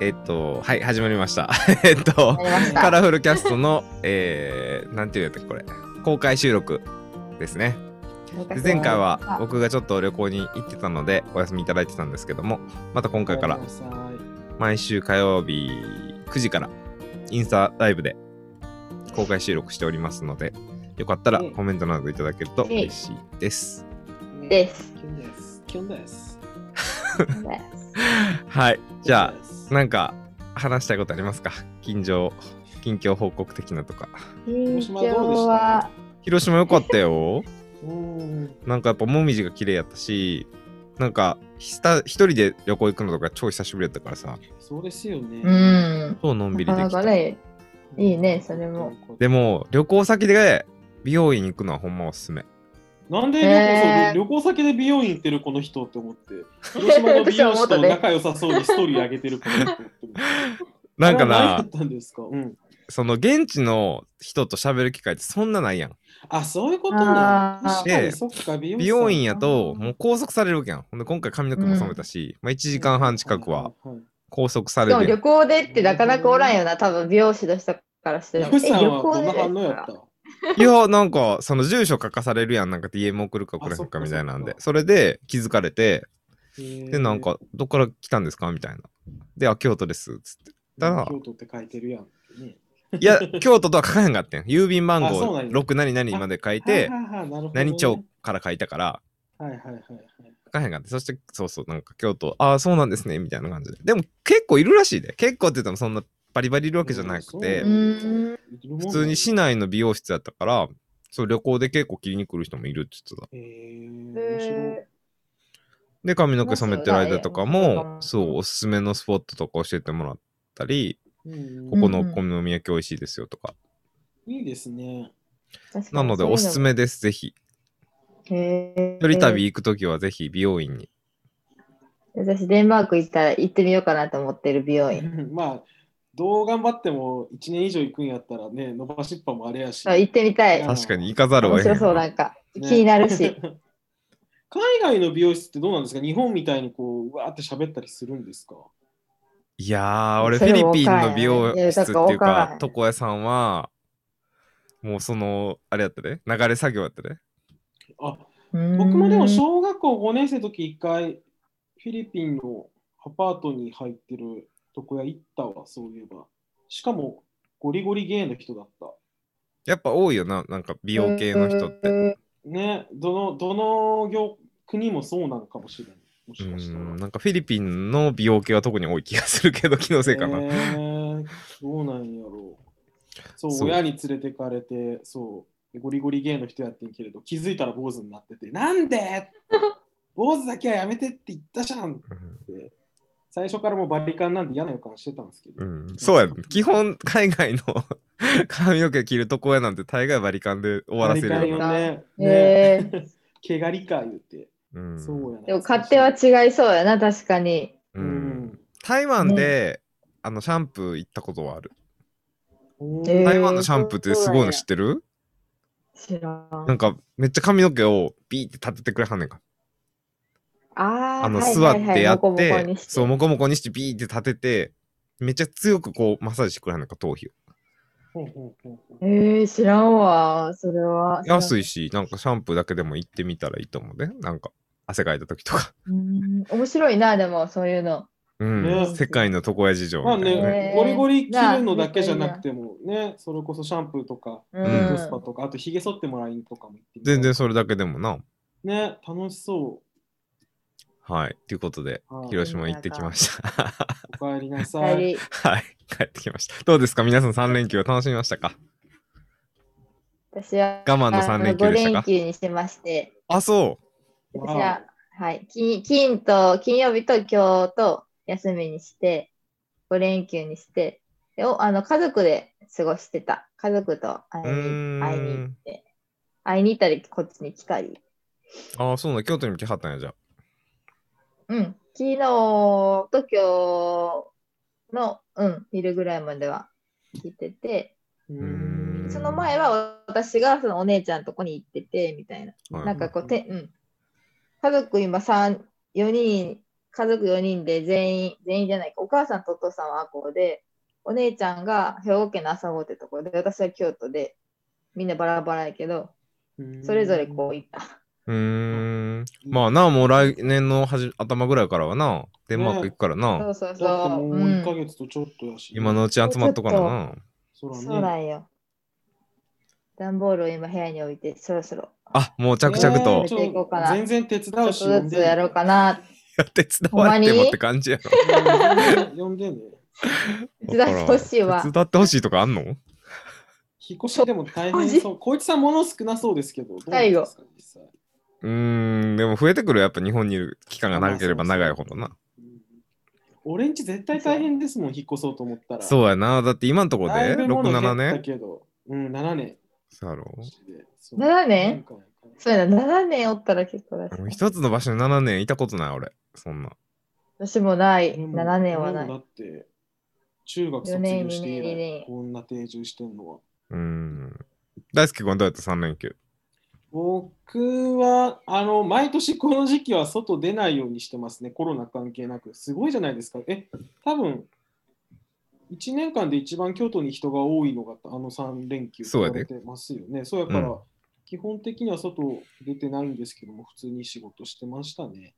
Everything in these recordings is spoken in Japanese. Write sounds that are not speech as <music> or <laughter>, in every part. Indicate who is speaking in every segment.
Speaker 1: えっと、はい、始まりました。 <laughs> えっと、
Speaker 2: りまし
Speaker 1: カ
Speaker 2: た。
Speaker 1: ラフルキャストの、えー、なんていうんだっけ、これ、公開収録ですね。で前回は僕がちょっと旅行に行ってたので、お休みいただいてたんですけども、また今回から毎週火曜日9時からインスタライブで公開収録しておりますので、よかったら
Speaker 3: うん
Speaker 1: コメントなどいただけると嬉しいです。 <laughs>
Speaker 2: です。
Speaker 3: キュンです。キュンです。
Speaker 1: はい、じゃ
Speaker 3: キュンです
Speaker 1: あ、なんか話したいことありますか近所、近況報告的なとか。
Speaker 2: 緊
Speaker 3: 島はどうで
Speaker 2: 張
Speaker 3: した
Speaker 2: は、
Speaker 1: 広島良かったよ。
Speaker 3: うーん。
Speaker 1: なんかやっぱもみじが綺麗やったし、なんかひた一人で旅行行くのとか超久しぶりやったからさ、
Speaker 3: そうですよね。
Speaker 2: う。ん。
Speaker 1: 超のんびり
Speaker 2: な
Speaker 1: で
Speaker 2: か
Speaker 1: き
Speaker 2: な
Speaker 1: た
Speaker 2: か。ね、いいねそれも。
Speaker 1: で、も旅行先で美容院行くのはほんまおすすめ。
Speaker 3: なんで旅行,、
Speaker 2: えー
Speaker 3: 旅行先で美容院行ってるこの人って思って、広島の美容師と仲良さそうにストーリー上げてるこの人って思って。
Speaker 1: なんか
Speaker 3: あれは何だ
Speaker 1: な
Speaker 3: っ、たんですかうん。
Speaker 1: その現地の人と喋る機会ってそんなないやん。
Speaker 3: あ、そういうことな
Speaker 2: あー
Speaker 3: の確か
Speaker 1: で
Speaker 3: に、そっか、美容師さん
Speaker 1: 美容院やともう拘束されるわけやん。ほんで今回髪の毛も染めたし、まあ1時間半近くは。拘束さ
Speaker 2: で
Speaker 1: れ
Speaker 2: も
Speaker 1: るや
Speaker 2: 旅
Speaker 1: ん。
Speaker 2: 行でってなかなかおらんよな、多分美容師の人からして
Speaker 3: 美
Speaker 2: も。
Speaker 3: 容師さんはどん
Speaker 2: でで
Speaker 3: な
Speaker 2: す
Speaker 3: 反応やっ
Speaker 2: か
Speaker 3: た
Speaker 1: いや、なんかその住所書かされるやん。なんか DM 送るか送らへんかみたいなんで
Speaker 3: あそっかそっ、
Speaker 1: それ
Speaker 3: か
Speaker 1: で気づかれて、
Speaker 3: で
Speaker 1: で、なん、か、どっから来たんですかみたいな。で、あ、京都です。つって。たら
Speaker 3: 京都って書いてるやんってね。
Speaker 1: いや、 <laughs> 京都とは書かへんかったん。郵便番
Speaker 3: あそう
Speaker 1: 号
Speaker 3: なんや
Speaker 1: 6何々まで書いて
Speaker 3: は、いはいはいなるほどね
Speaker 1: 何町から書いたから、
Speaker 3: はいはいはいはい。
Speaker 1: 書かへんかった。そして、そうそう、なんか京都、ああ、そうなんですね、みたいな感じで。でも、結構いるらしいで。結構って言ってもそんなバリバリいるわけじゃなく
Speaker 3: そうな
Speaker 1: て
Speaker 2: う、ーん。
Speaker 1: 普通に市
Speaker 3: な
Speaker 1: 内の美容室やったから、そう、旅行で結構切りに来る人もいるって言ってた。
Speaker 3: えー、面白い
Speaker 2: え
Speaker 1: で、髪の毛染めてる間とかも、
Speaker 2: まあそうだね
Speaker 1: そう、おすすめのスポットとか教えてもらったり、
Speaker 3: うん
Speaker 1: ここのお好み焼き美味しいですよとか。
Speaker 3: いいですね。 <laughs>
Speaker 2: ー確かに
Speaker 1: なので、おすす。めです、ぜひ。
Speaker 2: へ
Speaker 1: 一人旅
Speaker 2: ー
Speaker 1: 行くときはぜひ美容院に。
Speaker 2: 私、デンマーク行ったら行ってみようかなと思ってる美容院。
Speaker 3: まあ、どう頑張っても1年以上行くんやったらね、伸ばしっぱもあれやし。
Speaker 2: あ行ってみた
Speaker 3: う
Speaker 2: い
Speaker 3: ん。
Speaker 1: 確かに行かざるを
Speaker 2: 面
Speaker 1: 得へ
Speaker 2: 白
Speaker 1: ん。
Speaker 2: そう、なんか。
Speaker 3: ね
Speaker 2: 気になる
Speaker 3: <laughs>
Speaker 2: し。
Speaker 3: 海外の美容室ってどうなんですか日本みたいにこう、うわーって喋ったりするんですか
Speaker 1: いやー、俺
Speaker 2: そ
Speaker 1: フ
Speaker 2: れ
Speaker 1: ィ
Speaker 2: も
Speaker 1: リピンの美容
Speaker 2: わからんよね
Speaker 1: 室って
Speaker 2: い
Speaker 1: い
Speaker 2: やだ
Speaker 1: う
Speaker 2: からわ
Speaker 1: か
Speaker 2: からん、
Speaker 1: 床屋さんは、もうその、あれやったね、流れ作業やったね。
Speaker 3: あ、僕
Speaker 2: 僕
Speaker 3: もでも小学校5年生の時一回フィリピンのアパートに入ってる床屋行ったわ、そういえば。しかもゴリゴリゲイの人だった。
Speaker 1: やっぱ多いよな、なんか美容系の人って。
Speaker 2: て。
Speaker 3: ね、どの、どの業国もそうなのかもしれない。も
Speaker 1: う
Speaker 3: しかしたら。
Speaker 1: ん、なんかフィリピンの美容系は特に多い気がするけど、 <laughs> 気のせいかな。
Speaker 3: えーどうなんやろう。そう、
Speaker 1: そう
Speaker 3: 親に連れてかれて、そう、ゴリゴリゲイの人やってんけれど、気づいたら坊主になってて、なんで坊主だけはやめてって言ったじゃんって最初からもうバリカンなんで嫌な予感してたんですけど、
Speaker 1: うん、うんそうや、基本海外の <laughs> 髪の毛切る床屋なんて大概バリカンで終わらせる
Speaker 3: バリ
Speaker 1: よ
Speaker 3: カン
Speaker 1: な。
Speaker 3: よね。ね
Speaker 2: へー
Speaker 3: 毛刈りか言って、
Speaker 1: うん
Speaker 3: そうやな。
Speaker 2: でも勝手は違いそうやな、確かに。
Speaker 1: う、
Speaker 3: うんん。
Speaker 1: 台湾で、あのシャンプー行ったことはある。
Speaker 2: えー
Speaker 1: 台湾のシャンプーってすごいの知ってる、
Speaker 2: 知らん。
Speaker 1: なんかめっちゃ髪の毛をビーって立ててくれはんねんか。
Speaker 2: あー
Speaker 1: あの
Speaker 2: はい
Speaker 1: 座
Speaker 2: はい
Speaker 1: っ
Speaker 2: は
Speaker 1: て
Speaker 2: い
Speaker 1: やっ
Speaker 2: モコモコ
Speaker 1: て
Speaker 2: に、して
Speaker 1: そう、モコモコにしてビーって立てて、めっちゃ強くこうマッサージしてくれはんねんか、頭皮を。
Speaker 3: ほうほうほうほう
Speaker 2: えー、知らんわ、それは。
Speaker 1: 安
Speaker 2: い。
Speaker 1: いし、なんかシャンプーだけでも行ってみたらいいと思うね。なんか汗かいた時とか。
Speaker 2: うん面白いな、でも、そういうの。
Speaker 1: うん、
Speaker 3: ね
Speaker 1: 世界の床屋事情み
Speaker 3: ま
Speaker 1: た
Speaker 3: あ
Speaker 1: いなね。
Speaker 2: え、ー
Speaker 3: ねゴリゴリ切るのだけじゃなくてもね、それこそシャンプーとか、
Speaker 2: う
Speaker 1: うん
Speaker 3: ヘアスパとか、あとひげ剃ってもらいにとかも行ってみたい
Speaker 1: 全然それだけでもな。
Speaker 3: ね、楽しそ
Speaker 1: はい。ということで
Speaker 3: は、い
Speaker 1: 広島行ってきました。
Speaker 3: う。お帰りなさ
Speaker 2: 帰
Speaker 3: い。
Speaker 2: り。
Speaker 1: <laughs> はい。帰ってきました。どうですか皆さん3連休は楽しみましたか
Speaker 2: 私は、
Speaker 1: 我慢の
Speaker 2: あ
Speaker 1: 3
Speaker 2: の
Speaker 1: 連休
Speaker 2: 5
Speaker 1: でした
Speaker 2: 連
Speaker 1: か
Speaker 2: 休にしてまして、
Speaker 1: あ、そう。
Speaker 2: 私は、はい、金金と、金曜日と今日と休みにして、5連休にして、でおあの家族で過ごしてた。家族と会いう
Speaker 1: ーん
Speaker 2: に会いに行って、会いに行ったり、こっちに来たり。
Speaker 1: ああ、そうだ、京都にも来はったんや、じゃあ。
Speaker 2: うん、昨日と今日の、うん、昼ぐらいまでは来てて、
Speaker 3: う
Speaker 1: うーん
Speaker 2: その前は私がそのお姉ちゃんのとこに行っててみたいな、
Speaker 1: はい
Speaker 2: なんかこうて、うん、家族今3、4人家族4人で全員、全員じゃないか、お母さんとお父さんは赤穂で、お姉ちゃんが兵庫県の朝子ってところで、私は京都で、みんなバラバラやけど、それぞれこう行った。
Speaker 1: うーん。まあなあ、もう来年のはじ頭ぐらいからはな、デンマーク行くからな、
Speaker 2: そうそう
Speaker 3: だって
Speaker 2: そう。
Speaker 3: もう
Speaker 2: うん
Speaker 3: 1ヶ月とちょっとやし。
Speaker 1: 今のうち集まっとかなな。
Speaker 3: そらね。
Speaker 2: そうなんよ。段ボールを今部屋に置いて、そろそろ
Speaker 1: あ、もう着々
Speaker 3: ね
Speaker 1: と
Speaker 3: ち
Speaker 2: やっていこ
Speaker 3: ょ
Speaker 2: うかな
Speaker 3: 全然手
Speaker 2: ち
Speaker 3: 伝
Speaker 2: ょ
Speaker 3: う
Speaker 2: っ
Speaker 3: し。
Speaker 2: とずつやろうかな。
Speaker 1: 手伝われてもって感じやろ。
Speaker 3: 呼んでね。
Speaker 2: 手伝ってほしいわ
Speaker 1: 手。伝ってほしいとかあんの
Speaker 3: 引っ越しでも大変そう。小一さん、もの少なそうですけど、どうなんですか実際
Speaker 1: うーん、でも増えてくるよやっぱ日本にいる期間が長ければ長いほどな。
Speaker 3: うん俺んち絶対大変ですもん、引っ越そうと思ったら。う、
Speaker 1: そうやな。だって今のとこで、
Speaker 3: だい
Speaker 1: 6、
Speaker 3: ぶ物
Speaker 1: 7
Speaker 3: 減った
Speaker 1: 年
Speaker 3: けど。うん、7年。
Speaker 1: そうやろ
Speaker 3: そう
Speaker 2: 7年
Speaker 3: なんか
Speaker 2: そうやな、7年おったら結構だし
Speaker 1: もう一つの場所に7年いたことない俺。そんな。
Speaker 2: 私もない。
Speaker 3: でも
Speaker 2: 7年はな
Speaker 3: 俺も
Speaker 2: い。
Speaker 3: だって、中学卒
Speaker 2: 四年
Speaker 3: 業して以
Speaker 2: 二
Speaker 3: 来
Speaker 2: 年、
Speaker 3: こんな定住してんのは。
Speaker 1: うーん。大好き君どうやった ?3 連休。
Speaker 3: 僕は、あの、毎年この時期は外出ないようにしてますね、コロナ関係なく。すごいじゃないですか。え、多分1年間で一番京都に人が多いのがあの3連休
Speaker 1: そうやで
Speaker 3: ってますよね。そうやから、
Speaker 1: う
Speaker 3: 基本的には外出てないんですけども、普通に仕事してましたね。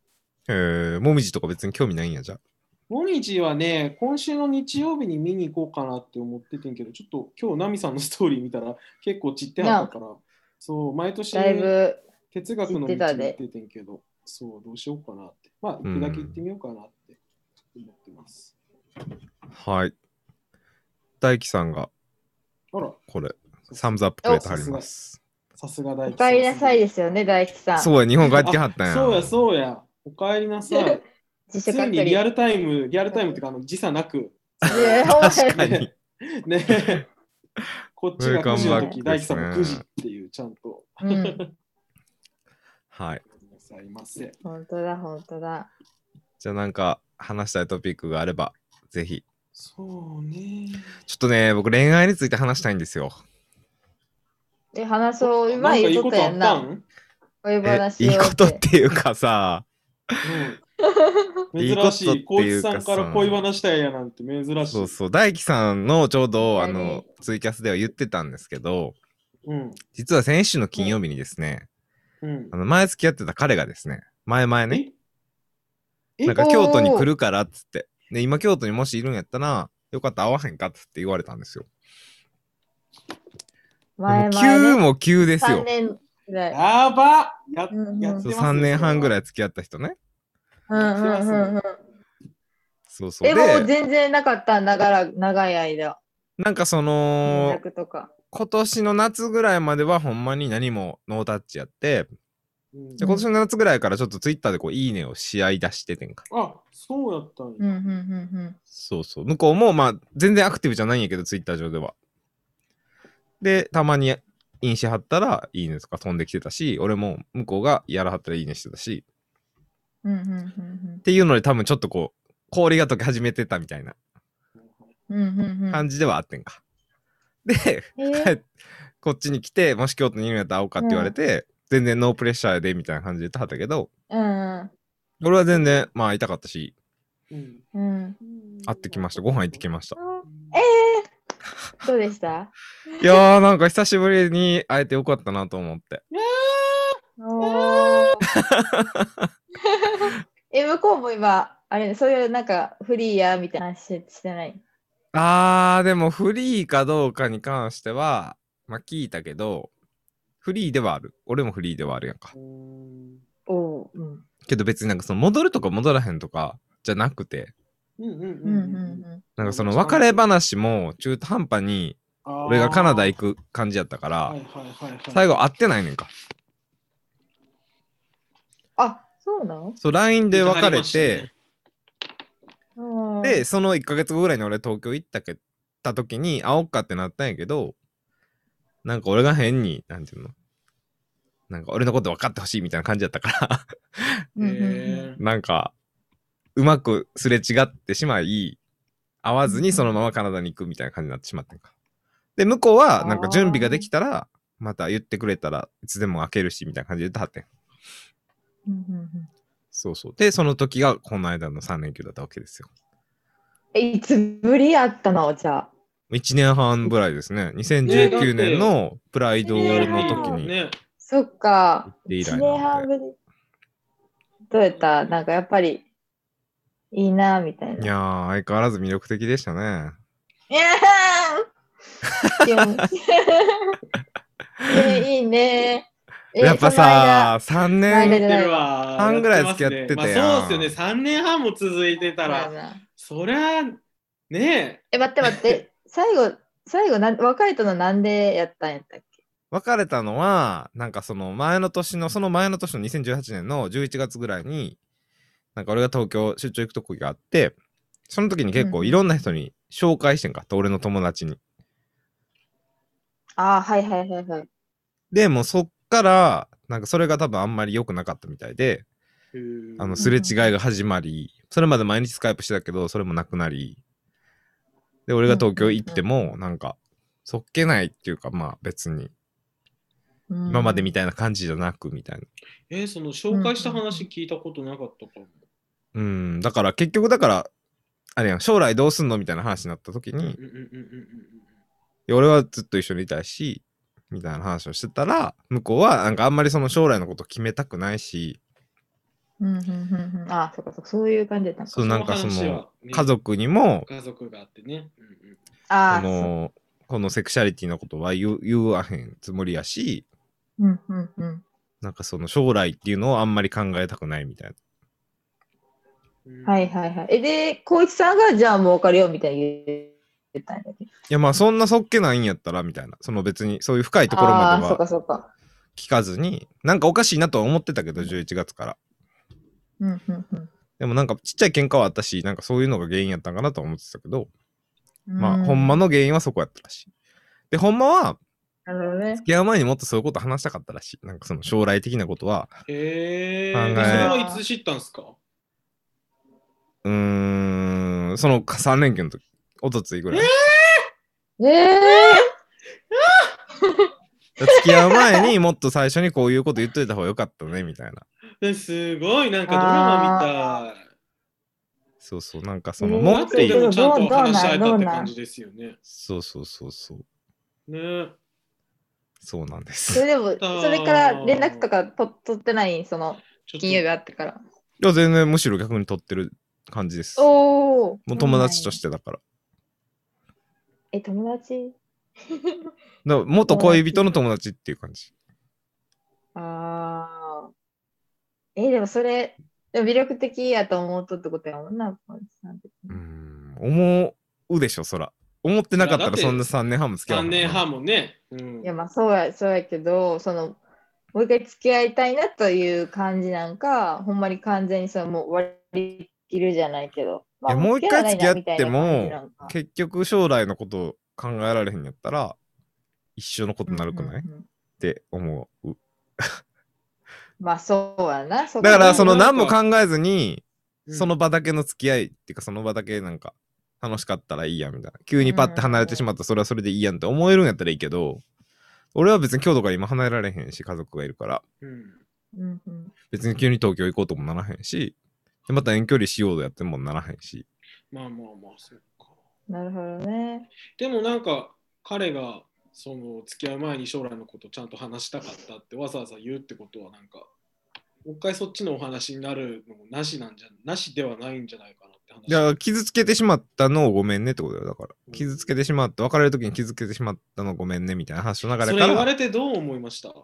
Speaker 1: えー、もみじとか別に興味ないんやじゃあ。
Speaker 3: もみじはね、今週の日曜日に見に行こうかなって思っててんけど、ちょっと今日、ナミさんのストーリー見たら結構散ってはったから、そう、毎年
Speaker 2: だいぶ、
Speaker 3: 哲学
Speaker 2: 散っ
Speaker 3: の道
Speaker 2: て
Speaker 3: に
Speaker 2: た
Speaker 3: 行
Speaker 2: で
Speaker 3: っててんけど、そう、どうしようかなって。まあ、行くだけ行ってみようかなって思ってます。
Speaker 1: はい。大輝さんが
Speaker 3: あら、
Speaker 1: これ、サムズアップくれてはります。
Speaker 3: さすが大
Speaker 2: おかえりなさいですよね、大輝さん。
Speaker 1: そうや、日本帰ってきはったんや。
Speaker 3: そうや、そうや。おかえりなさい。
Speaker 2: 自
Speaker 3: つ
Speaker 2: 主隔
Speaker 3: い
Speaker 2: 離。
Speaker 3: にリアルタイム、リアルタイムっていうか、あの時差なく。
Speaker 2: いやほんまに
Speaker 1: 確かに。
Speaker 3: ね。こっちが9時
Speaker 1: ウェルカム
Speaker 3: の時、
Speaker 1: バックで
Speaker 3: 大輝
Speaker 1: す
Speaker 3: さん
Speaker 1: ね
Speaker 3: も9時っていう、ちゃんと。
Speaker 2: うん。
Speaker 1: はい。
Speaker 3: なさいませ。
Speaker 2: 本当だ、本当だ。
Speaker 1: じゃあなんか話したいトピックがあれば、ぜひ。
Speaker 3: そうね。
Speaker 1: ちょっとね、僕恋愛について話したいんですよ。
Speaker 2: え、話そう。今言っとったやんな。
Speaker 3: ん
Speaker 2: 恋
Speaker 1: え
Speaker 2: 話
Speaker 1: い
Speaker 2: を
Speaker 1: いことっていうか
Speaker 3: <laughs>
Speaker 1: さ、
Speaker 3: うん
Speaker 1: いいことって
Speaker 3: 珍し
Speaker 1: いう
Speaker 3: い。
Speaker 1: かさ
Speaker 3: 高知さんから恋話したいやなんて珍しい。
Speaker 1: そうそう、大輝さんのちょうどあ
Speaker 2: 確か
Speaker 1: の
Speaker 2: に
Speaker 1: ツイキャスでは言ってたんですけど、
Speaker 3: うん。
Speaker 1: 実は先週の金曜日にですね、
Speaker 3: うん
Speaker 1: あ。の前付き合ってた彼がですね、前々ね、
Speaker 3: え
Speaker 1: なんか京都に来るからっつって、で、今京都にもしいるんやったら、よかったら会わへんかっつって言われたんですよ。
Speaker 2: 前
Speaker 1: でも
Speaker 2: 々
Speaker 1: 急
Speaker 2: ね
Speaker 1: も急です
Speaker 2: 3
Speaker 1: よ。
Speaker 2: 年ぐらい。
Speaker 3: やばや
Speaker 2: うんうん
Speaker 3: やってま
Speaker 1: そ
Speaker 3: す
Speaker 1: う
Speaker 3: ね
Speaker 1: 3年半ぐ
Speaker 3: い。
Speaker 1: らい付き合った人ね。
Speaker 2: うんうんうんうん。
Speaker 1: そうそう。
Speaker 2: え、もう
Speaker 1: で、
Speaker 2: 全然なかったんだから、長い間。
Speaker 1: なんかそ
Speaker 2: 連
Speaker 1: の、
Speaker 2: 絡とか。
Speaker 1: 今年の夏ぐらいまではほんまに何もノータッチやって、
Speaker 3: うん
Speaker 1: で今年の夏ぐらいからちょっとツイッターでこういいねをし合い出しててんか。
Speaker 3: あ、そうやったん
Speaker 2: うん
Speaker 3: や。
Speaker 2: うんうんうん。
Speaker 1: そうそう。向こうもまあ全然アクティブじゃないんやけど、ツイッター上では。で、たまにインしはったらいいねとか飛んできてたし、俺も向こうがやらはったらいいねしてたし、
Speaker 2: うんうんうん
Speaker 1: っていうので多分ちょっとこう、氷が溶け始めてたみたいな
Speaker 2: うん。うんうんうん。
Speaker 1: 感じではあってんか。で、
Speaker 2: えー
Speaker 1: 帰っ <laughs> こっちに来て、もし京都にいるんやったら会おうかって言われて、全然ノープレッシャーやでみたいな感じで言ってはったけど、
Speaker 2: うん
Speaker 1: 俺は全然、まあ、会いたかったし、
Speaker 3: うん
Speaker 2: うん。
Speaker 1: 会ってきました。ご飯行ってきました。
Speaker 2: えー、どうでした
Speaker 1: いやー、なんか久しぶりに会えてよかったなと思って。
Speaker 2: おーえ、向こうも今、あれ、そういうなんかフリーやみたいな話してない。
Speaker 1: あー、でもフリーかどうかに関しては、まあ聞いたけど、フリーではある。俺もフリーではあるやんか
Speaker 3: う。ん
Speaker 2: おお、うん。
Speaker 1: けど別になんかその戻るとか戻らへんとかじゃなくて、
Speaker 3: うんうん
Speaker 2: う
Speaker 3: うん
Speaker 2: うんん
Speaker 3: うん。
Speaker 2: うん。
Speaker 1: なんかその別れ話も中途半端に俺がカナダ行く感じやったか
Speaker 3: あーは
Speaker 1: ら
Speaker 3: い、はいはいはい。
Speaker 1: 最後会ってないねんか。
Speaker 2: あ、そうなの
Speaker 1: そう、LINE で別れて、
Speaker 2: うん
Speaker 1: で、その1ヶ月後ぐらいに俺東京行ったけた時に会おっかってなったんやけど、なんか俺が変に、なんていうのなんか俺のこと分かってほしいみたいな感じだったから、 <laughs>
Speaker 2: うんうん
Speaker 3: へー
Speaker 1: なんか、うまくすれ違ってしまい、会わずにそのままカナダに行くみたいな感じになってしまったんか。で、向こうはなんか準備ができたら、また言ってくれたらいつでも開けるしみたいな感じで言ってはってん。
Speaker 2: うんうんうん
Speaker 1: そうそう。で、その時がこの間の3連休だったわけですよ。
Speaker 2: えいつぶりやったのじゃあ。
Speaker 1: 1年半ぐらいですね。2019年のプライドの時に行っ
Speaker 3: ね、
Speaker 2: そっか。
Speaker 1: て以来
Speaker 2: 1年
Speaker 1: な
Speaker 2: 半
Speaker 1: ん
Speaker 2: ぶり。どうやったなんかやっぱりいいなみたい
Speaker 1: で。い
Speaker 2: な。
Speaker 1: やー、相変わらず魅力的でしたね。
Speaker 2: いや
Speaker 1: <laughs>
Speaker 2: ーでもえいいね。
Speaker 1: <laughs>
Speaker 2: え
Speaker 1: やっぱさ、3
Speaker 2: 前
Speaker 1: 年
Speaker 2: で
Speaker 3: やってるわ
Speaker 1: 半ぐらい付き合ってたやん
Speaker 3: まあそうですよね、3年半も続いて
Speaker 2: そ
Speaker 3: た
Speaker 2: の間そう
Speaker 3: ら、
Speaker 2: やな
Speaker 3: そりゃ、ねえ、
Speaker 2: え、待って待って。最後、最後なん、別れたのなんでやったんやったっけ
Speaker 1: 別れたのは、なんかその前の年の、その前の年の2018年の11月ぐらいに、なんか俺が東京出張行く時があって、その時に結
Speaker 2: う
Speaker 1: 構
Speaker 2: ん
Speaker 1: いろんな人に紹介してんかった、俺の友達に。
Speaker 2: ああ、はいはいはいはい。
Speaker 1: で、もうそっから、なんかそれが多分あんまり良くなかったみたいで、あの、すれ違いが始まり、それまで毎日スカイプしてたけど、それもなくなり、で、俺が東京行っても、なんか、そっけないっていうか、まあ別に、
Speaker 2: うん
Speaker 1: 今までみたいな感じじゃなくみたいな。
Speaker 3: えーその紹介した話聞いたことなかったかも。
Speaker 1: うん、だから結局だから、あれやん、将来どうすんのみたいな話になった時に
Speaker 3: う、んうんうんうんうん
Speaker 1: いや俺はずっと一緒にいたいし、みたいな話をしてたら、向こうはなんかあんまりその将来のこと決めたくないし、
Speaker 2: うんうんうんうんああ、そっかそっか、そういう感じだったのか。
Speaker 1: そうなんかそ
Speaker 3: 話
Speaker 1: の
Speaker 3: はね
Speaker 1: 家族にも、
Speaker 3: 家族があってね。うんうん
Speaker 1: こ
Speaker 2: ああ、そう
Speaker 1: の、このセクシャリティのことは言う言わへんつもりやし、
Speaker 2: うんうんうん。
Speaker 1: なんかその将来っていうのをあんまり考えたくないみたいな。
Speaker 3: うん
Speaker 2: はいはいはい。え、で、光一さんがじゃあもう別れようみたいに言ってたんだけど。
Speaker 1: いやまあそんなそっけないんやったらみたいな。その別にそういう深いところ
Speaker 2: あ
Speaker 1: ま
Speaker 2: あ
Speaker 1: で
Speaker 2: ー、そう
Speaker 1: は
Speaker 2: かそうか。
Speaker 1: 聞かずに、なんかおかしいなとは思ってたけど、11月から。
Speaker 2: うんうんうん
Speaker 1: でもなんかちっちゃい喧嘩はあったし、なんかそういうのが原因やったんかなとは思ってたけど、
Speaker 2: うん。
Speaker 1: まあほんまの原因はそこやったらしい。で、ほんまは
Speaker 2: なるほどね。
Speaker 1: 付き合う前にもっとそういうこと話したかったらしい。なんかその将来的なことは、
Speaker 3: へえ
Speaker 1: 考
Speaker 3: ー。
Speaker 1: え
Speaker 3: それはいつ知ったんすか
Speaker 1: うーん、その3連休の時、おとついぐらい。
Speaker 2: ええ
Speaker 1: 付き合う前にもっと最初にこういうこと言っといた方がよかったね、みたいな。
Speaker 3: えすごい、なんかドラマみたい。
Speaker 1: そうそう、なんかその、
Speaker 2: うん
Speaker 1: 持っ
Speaker 3: もってと
Speaker 1: い
Speaker 3: で
Speaker 1: る。
Speaker 3: もちゃんと
Speaker 2: どうなん
Speaker 3: 話し合えた
Speaker 2: ど
Speaker 3: っ
Speaker 2: う
Speaker 3: て
Speaker 2: なん
Speaker 3: 感じですよね。
Speaker 1: そうそうそうそう。
Speaker 3: ね
Speaker 1: そうなんで
Speaker 2: そ
Speaker 1: す。
Speaker 2: れ
Speaker 1: い
Speaker 2: でも、
Speaker 3: た
Speaker 2: それから連絡とかと取ってない、その
Speaker 3: ちょっと
Speaker 2: 金曜日あってから。
Speaker 1: や、全然むしろ逆に撮ってる感じです。も
Speaker 2: おお。
Speaker 1: う友達としてだから。
Speaker 2: え、友達
Speaker 1: だから元恋人の友達っていう感じ。
Speaker 2: ああ。え、でもそれ、でも魅力的やと思うとってことやもんな、光一さんって。
Speaker 1: うーん思うでしょ、そら。思ってなかった
Speaker 3: いやだ
Speaker 1: ら
Speaker 3: って
Speaker 1: そんな3年半も付き合わ
Speaker 3: 3
Speaker 1: ない。
Speaker 3: 年半もね。うん
Speaker 2: いやまあそうやそうやけどそのもう一回付き合いたいなという感じなんかほんまに完全にそのもう終わりきるじゃないけど、まあ
Speaker 1: いやもう一回付き合っても
Speaker 2: 付き合わないなみたいな感じなんか
Speaker 1: 結局将来のことを考えられへんやったら、一緒のことになるくない、っ
Speaker 2: うんうんうん
Speaker 1: て思う。
Speaker 2: まあそうやなそこ
Speaker 1: だから、その
Speaker 3: な
Speaker 1: 何
Speaker 3: んか
Speaker 1: も考えずに、
Speaker 3: うん
Speaker 1: その場だけの付き合いっていうか、その場だけなんか楽しかったらいいやみたいな。急にパッて離れてしまったらそれはそれでいいやんって思えるんやったらいいけど、俺は別に今日とか今離れられへんし、家族がいるから、
Speaker 3: うん
Speaker 2: うんうん
Speaker 1: 別に急に東京行こうともならへんし、でまた遠距離しようとやってもならへんし。
Speaker 3: まあまあまあ、そっか。
Speaker 2: なるほどね
Speaker 3: でもなんか彼がその付き合う前に将来のことちゃんと話したかったってわざわざ言うってことはなんかもう一回そっちのお話になるのもなしなんじゃなしではないんじゃないかなって話。
Speaker 1: じゃあ、傷つけてしまったのをごめんねってことよ。だから
Speaker 3: うん、
Speaker 1: 傷つけてしまった、別れるときに傷つけてしまったのをごめんねみたいな話の流
Speaker 3: そ
Speaker 1: れ
Speaker 3: れ
Speaker 1: か
Speaker 3: 言わ
Speaker 1: ら、
Speaker 3: れてどう思いました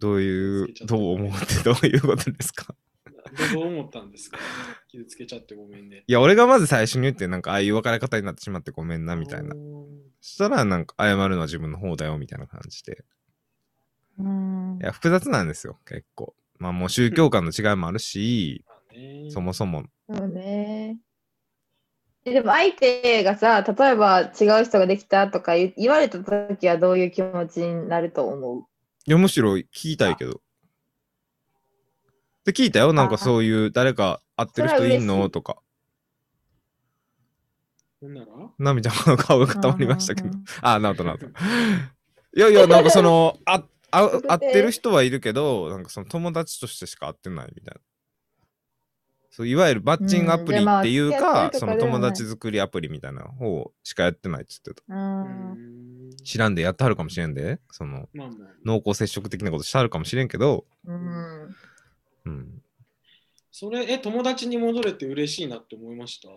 Speaker 1: どういう
Speaker 3: 傷つ、けち
Speaker 1: ど
Speaker 3: ゃった
Speaker 1: う思うってどういうことですか
Speaker 3: どう思ったんですか傷つけちゃってごめんね。
Speaker 1: いや、俺がまず最初に言って、なんか、ああいう別れ方になってしまってごめんなみたいな
Speaker 3: う。ん
Speaker 1: そしたら、なんか、謝るのは自分の方だよみたいな感じで。
Speaker 2: うん
Speaker 1: いや、複雑なんですよ、結構。まあ、もう宗教観の違いもあるし、
Speaker 3: まあね
Speaker 1: そもそも。
Speaker 2: そうねえでも相手がさ例えば違う人ができたとか言言われた時はどういう気持ちになると思う
Speaker 1: <laughs> いや、むしろ聞きたいけど。で、聞いたよ。なんか、そういう、誰か会ってる人いん
Speaker 2: それは嬉し
Speaker 1: の
Speaker 2: い
Speaker 1: とか。
Speaker 3: ほんなら
Speaker 1: 涙の顔が固まりましたけど
Speaker 2: うんうんうん。
Speaker 1: あ、なるほどなるほど。いやいや、なんかその、あ、あ
Speaker 2: それで
Speaker 1: 会ってる人はいるけど、なんかその友達としてしか会ってないみたいな。そういわゆるバッチングアプリ
Speaker 2: うんじゃあまあ
Speaker 1: っていう
Speaker 2: 付き合
Speaker 1: か
Speaker 2: っ、てると
Speaker 1: そ
Speaker 2: か
Speaker 1: の
Speaker 2: ではない
Speaker 1: 友達作りアプリみたいな方しかやってないっつってた。
Speaker 2: う。
Speaker 3: うんん
Speaker 1: 知らんでやってはるかもしれんで、その
Speaker 3: まあまあ
Speaker 1: 濃厚接触的なことしてはるかもしれんけど、
Speaker 2: うん。
Speaker 1: うん。
Speaker 3: それ、え、友達に戻れて嬉しいなって思いました。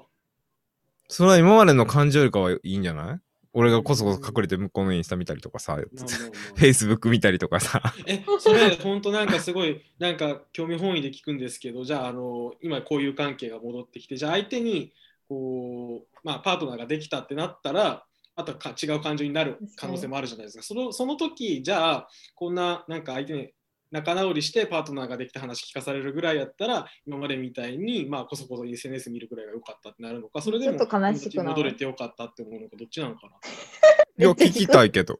Speaker 1: それは今までの感じよりかはいいんじゃない俺がこそこそ隠れて向こうのインスタ見たりとかさ、
Speaker 3: まあ
Speaker 1: <laughs>
Speaker 3: まあまあ
Speaker 1: Facebook 見たりとかさ。
Speaker 3: え、それ、本当なんかすごい、なんか興味本位で聞くんですけど、じゃあ、あの、今こういう関係が戻ってきて、じゃあ相手に、こう、まあ、パートナーができたってなったら、あとはか違う感情になる可能性もあるじゃないですか。そのその時、じゃあ、こんな、なんか相手に仲直りしてパートナーができた話聞かされるぐらいやったら、今までみたいに、まあ、こそこそ SNS 見るぐらいが良かったってなるのか、それでも
Speaker 2: ちょっと悲しくなる
Speaker 3: 戻れて良かったって思うのか、どっちなのかな。
Speaker 1: いや、
Speaker 2: めっちゃ
Speaker 1: 聞
Speaker 2: 聞く
Speaker 1: きたいけど。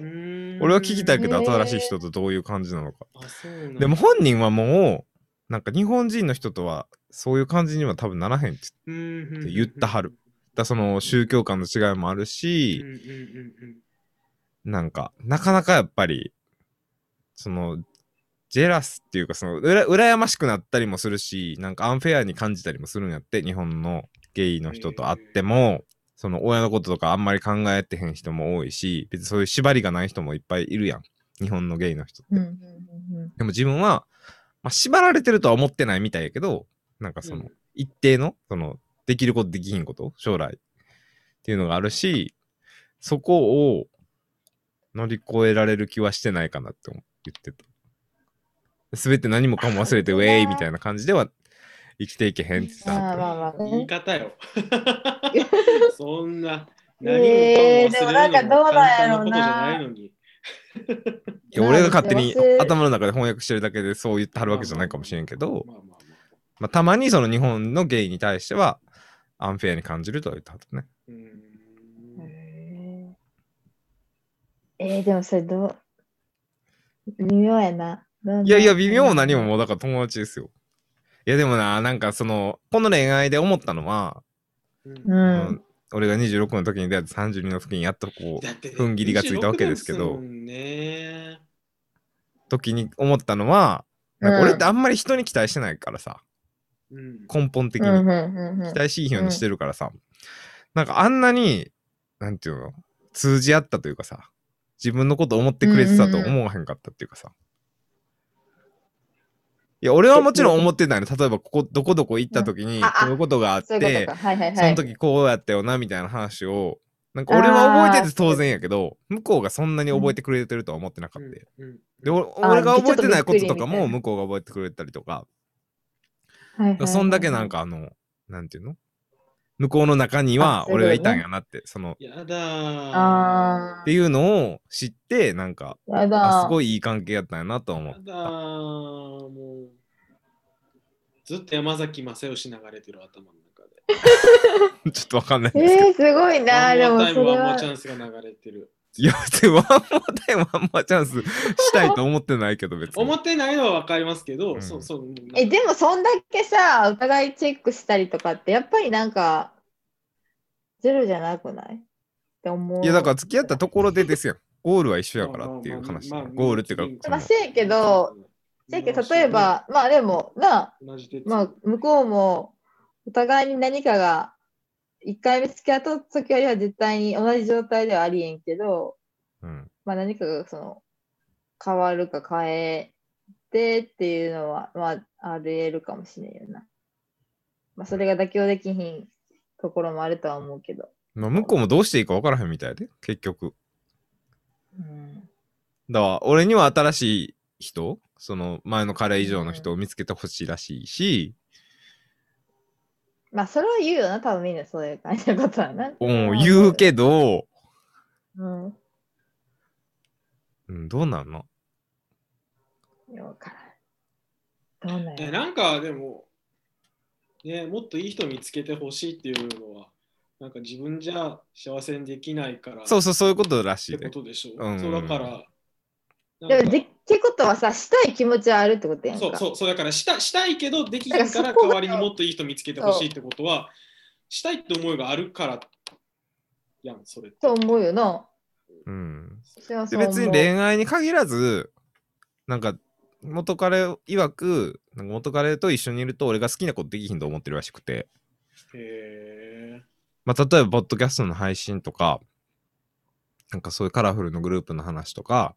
Speaker 3: うーん
Speaker 1: 俺は聞きたいけど、
Speaker 2: へー
Speaker 1: 新しい人とどういう感じなのか。
Speaker 3: あそうなんだ
Speaker 1: でも本人はもう、なんか日本人の人とは、そういう感じには多分ならへんって言っ
Speaker 3: って
Speaker 1: 言ったはる。た。その宗教観の違いもある
Speaker 3: うんう
Speaker 1: し
Speaker 3: ん、うん
Speaker 1: なんか、なかなかやっぱり、その、ジェラスっていうか、その、うら、羨ましくなったりもするし、なんかアンフェアに感じたりもするんやって、日本のゲイの人と会っても、その親のこととかあんまり考えてへん人も多いし、別にそういう縛りがない人もいっぱいいるやん。日本のゲイの人。
Speaker 2: うんうんうんうん
Speaker 1: でも自分は、まあ、縛られてるとは思ってないみたいやけど、なんか
Speaker 3: うん
Speaker 1: その、一定の、その、できること、できひんこと、将来っていうのがあるし、そこを乗り越えられる気はしてないかなって思言ってた。すべて何もかも忘れ
Speaker 2: <laughs>
Speaker 1: て、ウ
Speaker 2: 本当だ
Speaker 1: ェイみたいな感じでは生きていけへんって言ってた
Speaker 2: ま
Speaker 1: な
Speaker 2: あ
Speaker 1: と。
Speaker 2: まあまあ
Speaker 3: 言い
Speaker 2: ね。
Speaker 3: 方よ。そんな。
Speaker 2: えー
Speaker 3: 何もかも忘れる
Speaker 2: でもなんかどうなんやろうな
Speaker 3: のも簡単なことじゃないのに。
Speaker 1: いや俺が勝手に
Speaker 2: まあ
Speaker 1: 頭の中で翻訳してるだけでそう言ってはるわけじゃないかもしれんけど、
Speaker 3: まあまあまあ
Speaker 1: まあ、たまにその日本のゲイに対しては、アンフェアに感じるとは言ってはったね。
Speaker 3: うーん
Speaker 2: へええー、でもそれどう微妙やな。どう
Speaker 1: いやいや、微妙なにももうだから友達ですよ。いやでもな、なんかその、この恋愛で思ったのは、
Speaker 2: う。
Speaker 1: うん俺が26の時に出会って32の時にやっとこう、
Speaker 3: だってね
Speaker 1: 踏ん切りがついたわけですけど
Speaker 3: 26ですもんね
Speaker 1: 時に思ったのは、なんか俺ってあんまり人に期待してないからさ、
Speaker 3: うん
Speaker 1: 根本的
Speaker 2: うんうん
Speaker 1: に。
Speaker 2: うんうん
Speaker 1: 期待しいようにしてるからさ、なんかあんなに、なんていうの、通じ合ったというかさ、自分のこと思ってくれてたと思わへんかったっていうかさ。いや、俺はもちろん思ってたよね。例えば、ここ、どこどこ行った時に、
Speaker 2: んああ
Speaker 1: こういうことがあっ
Speaker 2: そういう
Speaker 1: て
Speaker 2: こと、か。はいはい
Speaker 1: そ
Speaker 2: は
Speaker 1: の
Speaker 2: い。
Speaker 1: 時こうやったよなみたいな話をなんか俺は覚えてて当然やけど向こうがそんなに覚えてくれてるとは思ってなかった、で
Speaker 3: うん
Speaker 1: お
Speaker 2: あ
Speaker 1: 俺が覚えてないこととか
Speaker 2: ちょっとびっくりみた
Speaker 1: も
Speaker 2: いな
Speaker 1: 向こうが覚えてくれたりとか
Speaker 2: はいはいはい
Speaker 1: そんだけなん。かあのなんていうの向こうの中には
Speaker 2: あすごいね
Speaker 1: 俺がいたんやなってその
Speaker 3: やだー。
Speaker 2: あ
Speaker 1: っ
Speaker 2: あ
Speaker 1: て。いうのを知ってなんか
Speaker 2: やだ
Speaker 1: あすごいいい関係やったんやなとは思
Speaker 3: や
Speaker 1: う
Speaker 3: だーもう。ずっと山崎正義流れてる頭の中
Speaker 1: <laughs>
Speaker 3: で。
Speaker 1: ちょっとわかんないん
Speaker 2: え
Speaker 1: ですけど、
Speaker 2: ー、すごいな。で
Speaker 3: ワン
Speaker 2: も
Speaker 3: モアタイ
Speaker 2: そ
Speaker 3: ム
Speaker 2: れ
Speaker 3: ワンモア
Speaker 2: は
Speaker 3: チ。ャンスが流れてる。
Speaker 1: いや別にワンモアタイムワンモアチャンスしたいと思ってないけど別に
Speaker 3: 思ってないのは分かりますけど、
Speaker 1: うん
Speaker 3: そうそう。
Speaker 2: え、でもそんだけさ、お互いチェックしたりとかって、やっぱりなんか、ゼロじゃなくないって思う。
Speaker 1: いやだから付き合ったところでですやん。ゴールは一緒やからっていう
Speaker 3: まあまあ
Speaker 1: 話。
Speaker 3: まあまあ
Speaker 1: ゴールっていうか、
Speaker 2: まあ
Speaker 1: そ
Speaker 2: せやけど、せやけど例えば、まあでも、なあ、
Speaker 3: 同じ鉄、
Speaker 2: まあ向こうも、お互いに何かが、一回目付き合った時よりは絶対に同じ状態ではありえんけど、
Speaker 1: のうん、
Speaker 2: まあ何かがその、変わるか変えてっていうのは、まあ、あり得るかもしれんよな。まあそれが妥協できひんところもあるとは思うけど。
Speaker 1: まあ向こうもどうしていいか分からへんみたいで、結局。
Speaker 2: うん
Speaker 1: だから俺には新しい人、その前の彼以上の人を見つけてほしいらしいし、
Speaker 2: まあ、それは言うよな、多分みんなそういう感じのことはな。
Speaker 1: うん、言うけど、
Speaker 2: うん。
Speaker 1: うん、どうなんの
Speaker 2: いやわからん。どうなん
Speaker 3: ね
Speaker 2: や
Speaker 3: なんかでも、ね、もっといい人見つけてほしいっていうのは、なんか自分じゃ幸せにできないから、
Speaker 1: そう
Speaker 3: っ
Speaker 1: そう、そういうことらしい
Speaker 3: て
Speaker 1: で
Speaker 3: こ。とでしょ。
Speaker 1: うん
Speaker 3: そうだから、
Speaker 2: ろ
Speaker 3: なん
Speaker 2: で
Speaker 3: か
Speaker 2: もでってことはさ、したい気持ちはあるってことやんか。
Speaker 3: そうそうそうだからしたしたいけどできひんか
Speaker 2: だかららそこ
Speaker 3: 代
Speaker 2: が
Speaker 3: わりにもっといい人見つけてほしいってことはしたいって思いがあるからやんそれって
Speaker 2: と思うよな。
Speaker 1: うん。
Speaker 2: 私は
Speaker 1: で
Speaker 2: そう思う
Speaker 1: 別に恋愛に限らず、なんか、元彼曰く、なんか元彼と一緒にいると俺が好きなことできひんと思ってるらしくて、
Speaker 3: へえ。
Speaker 1: まあ、例えば、ポッドキャストの配信とか、なんかそういうカラフルのグループの話とか、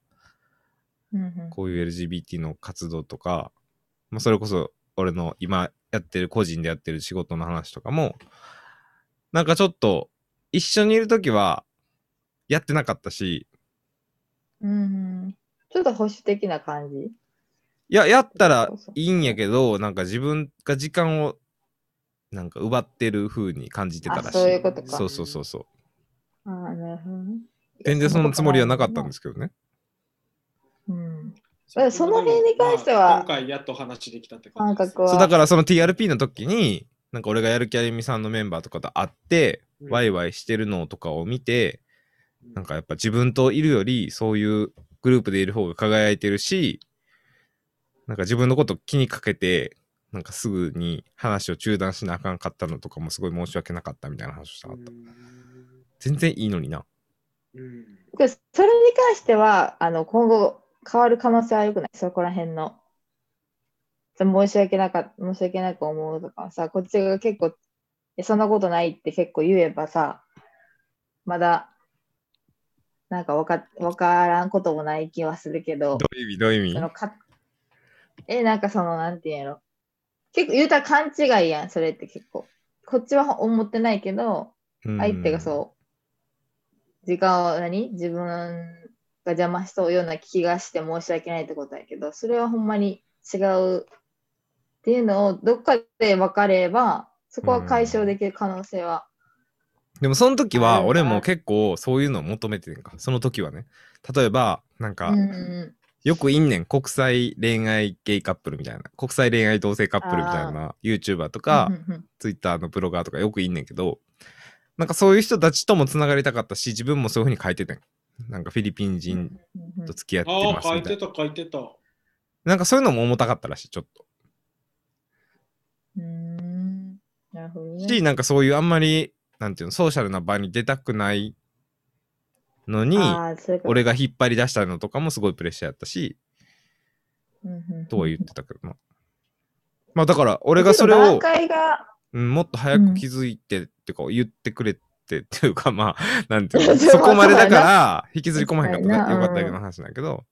Speaker 2: うんうん
Speaker 1: こういう LGBT の活動とか、まあ、それこそ俺の今やってる個人でやってる仕事の話とかもなんかちょっと一緒にいる時はやってなかったし
Speaker 2: うんうんちょっと保守的な感じ。
Speaker 1: いややったらいいんやけどなんか自分が時間をなんか奪ってる風に感じてたらしい
Speaker 2: あそういうことか
Speaker 1: そうそうそうそう
Speaker 2: ああ、なるほどね。。
Speaker 1: 全然そのつもりはなかったんですすけどね
Speaker 2: うん。えその辺に関しては
Speaker 3: まあ今回やっと話できたって
Speaker 2: 感
Speaker 3: 感じです。
Speaker 2: 覚は。
Speaker 1: そうだからその TRP の時になんか俺がやる気ありみさんのメンバーとかと会って、
Speaker 3: うん
Speaker 1: ワイワイしてるのとかを見て
Speaker 3: う
Speaker 1: なん、かやっぱ自分といるよりそういうグループでいる方が輝いてるしなんか自分のこと気にかけてなんかすぐに話を中断しなあかんかったのとかもすごい申し訳なかったみたいな話をしたか
Speaker 3: う
Speaker 1: った、
Speaker 3: ん。
Speaker 1: 全然いいのにな
Speaker 3: うん
Speaker 2: でそれに関しては、あの今後変わる可能性はよくない、そこら辺の。申し訳なか申し訳なく思うとかさ、こっちが結構、いやそんなことないって結構言えばさ、まだ、なんかわかわからんこともない気はするけど
Speaker 1: ど、ういう意味どういう意
Speaker 2: そ
Speaker 1: 味
Speaker 2: のかえ、なんかその、なんていうんやろ。結構言うたら勘違いやん、それって結構。こっちは思ってないけど、相手がそう、時間を何自分が邪魔しそうような気がして申し訳ないってことやけど、それはほんまに違うっていうのをどっかで分かれば、そこは解消できる可能性は。
Speaker 1: うんでもその時
Speaker 2: ある
Speaker 1: は
Speaker 2: な
Speaker 1: 俺も結構そういうのを求めてるんかその時はね例えばなん
Speaker 2: う
Speaker 1: か、
Speaker 2: んう
Speaker 1: よくいんねん国際恋愛ゲイカップルみたいな国際恋愛同性カップルみたいな YouTuber と
Speaker 2: ん。
Speaker 1: か、
Speaker 2: うんうん
Speaker 1: ツイッターのブロガーとかよくいんねんけど、なんかそういう人たちともつながりたかったし、自分もそういうふうに書いてたん。なんかフィリピン人
Speaker 2: うんうん
Speaker 1: と付き合って
Speaker 3: あ
Speaker 1: ま
Speaker 3: あ、
Speaker 1: す
Speaker 3: 書
Speaker 1: み
Speaker 3: い
Speaker 1: たい
Speaker 3: て
Speaker 1: な。
Speaker 3: た、書いてた。
Speaker 1: なんかそういうのも重たかったらしい、ちょっと。
Speaker 2: うんなるほどね
Speaker 1: し、なんかそういうあんまり、なんていうの、ソーシャルな場に出たくないのに、
Speaker 2: あーそういうこと
Speaker 1: 俺が引っ張り出したのとかもすごいプレッシャーやったし、
Speaker 2: うんうんうん
Speaker 1: とは言ってたけどな。まあだから、俺がそれを
Speaker 2: 段、階が
Speaker 1: うんもっと早く気づいて、ってか言ってくれてっていうか、 <laughs> まあ、なんていうの、
Speaker 2: でも
Speaker 1: <laughs> そこまでだから、引きずり込まへんかったね
Speaker 2: 確かに
Speaker 1: よか
Speaker 2: な
Speaker 1: っただけの話なんだけど、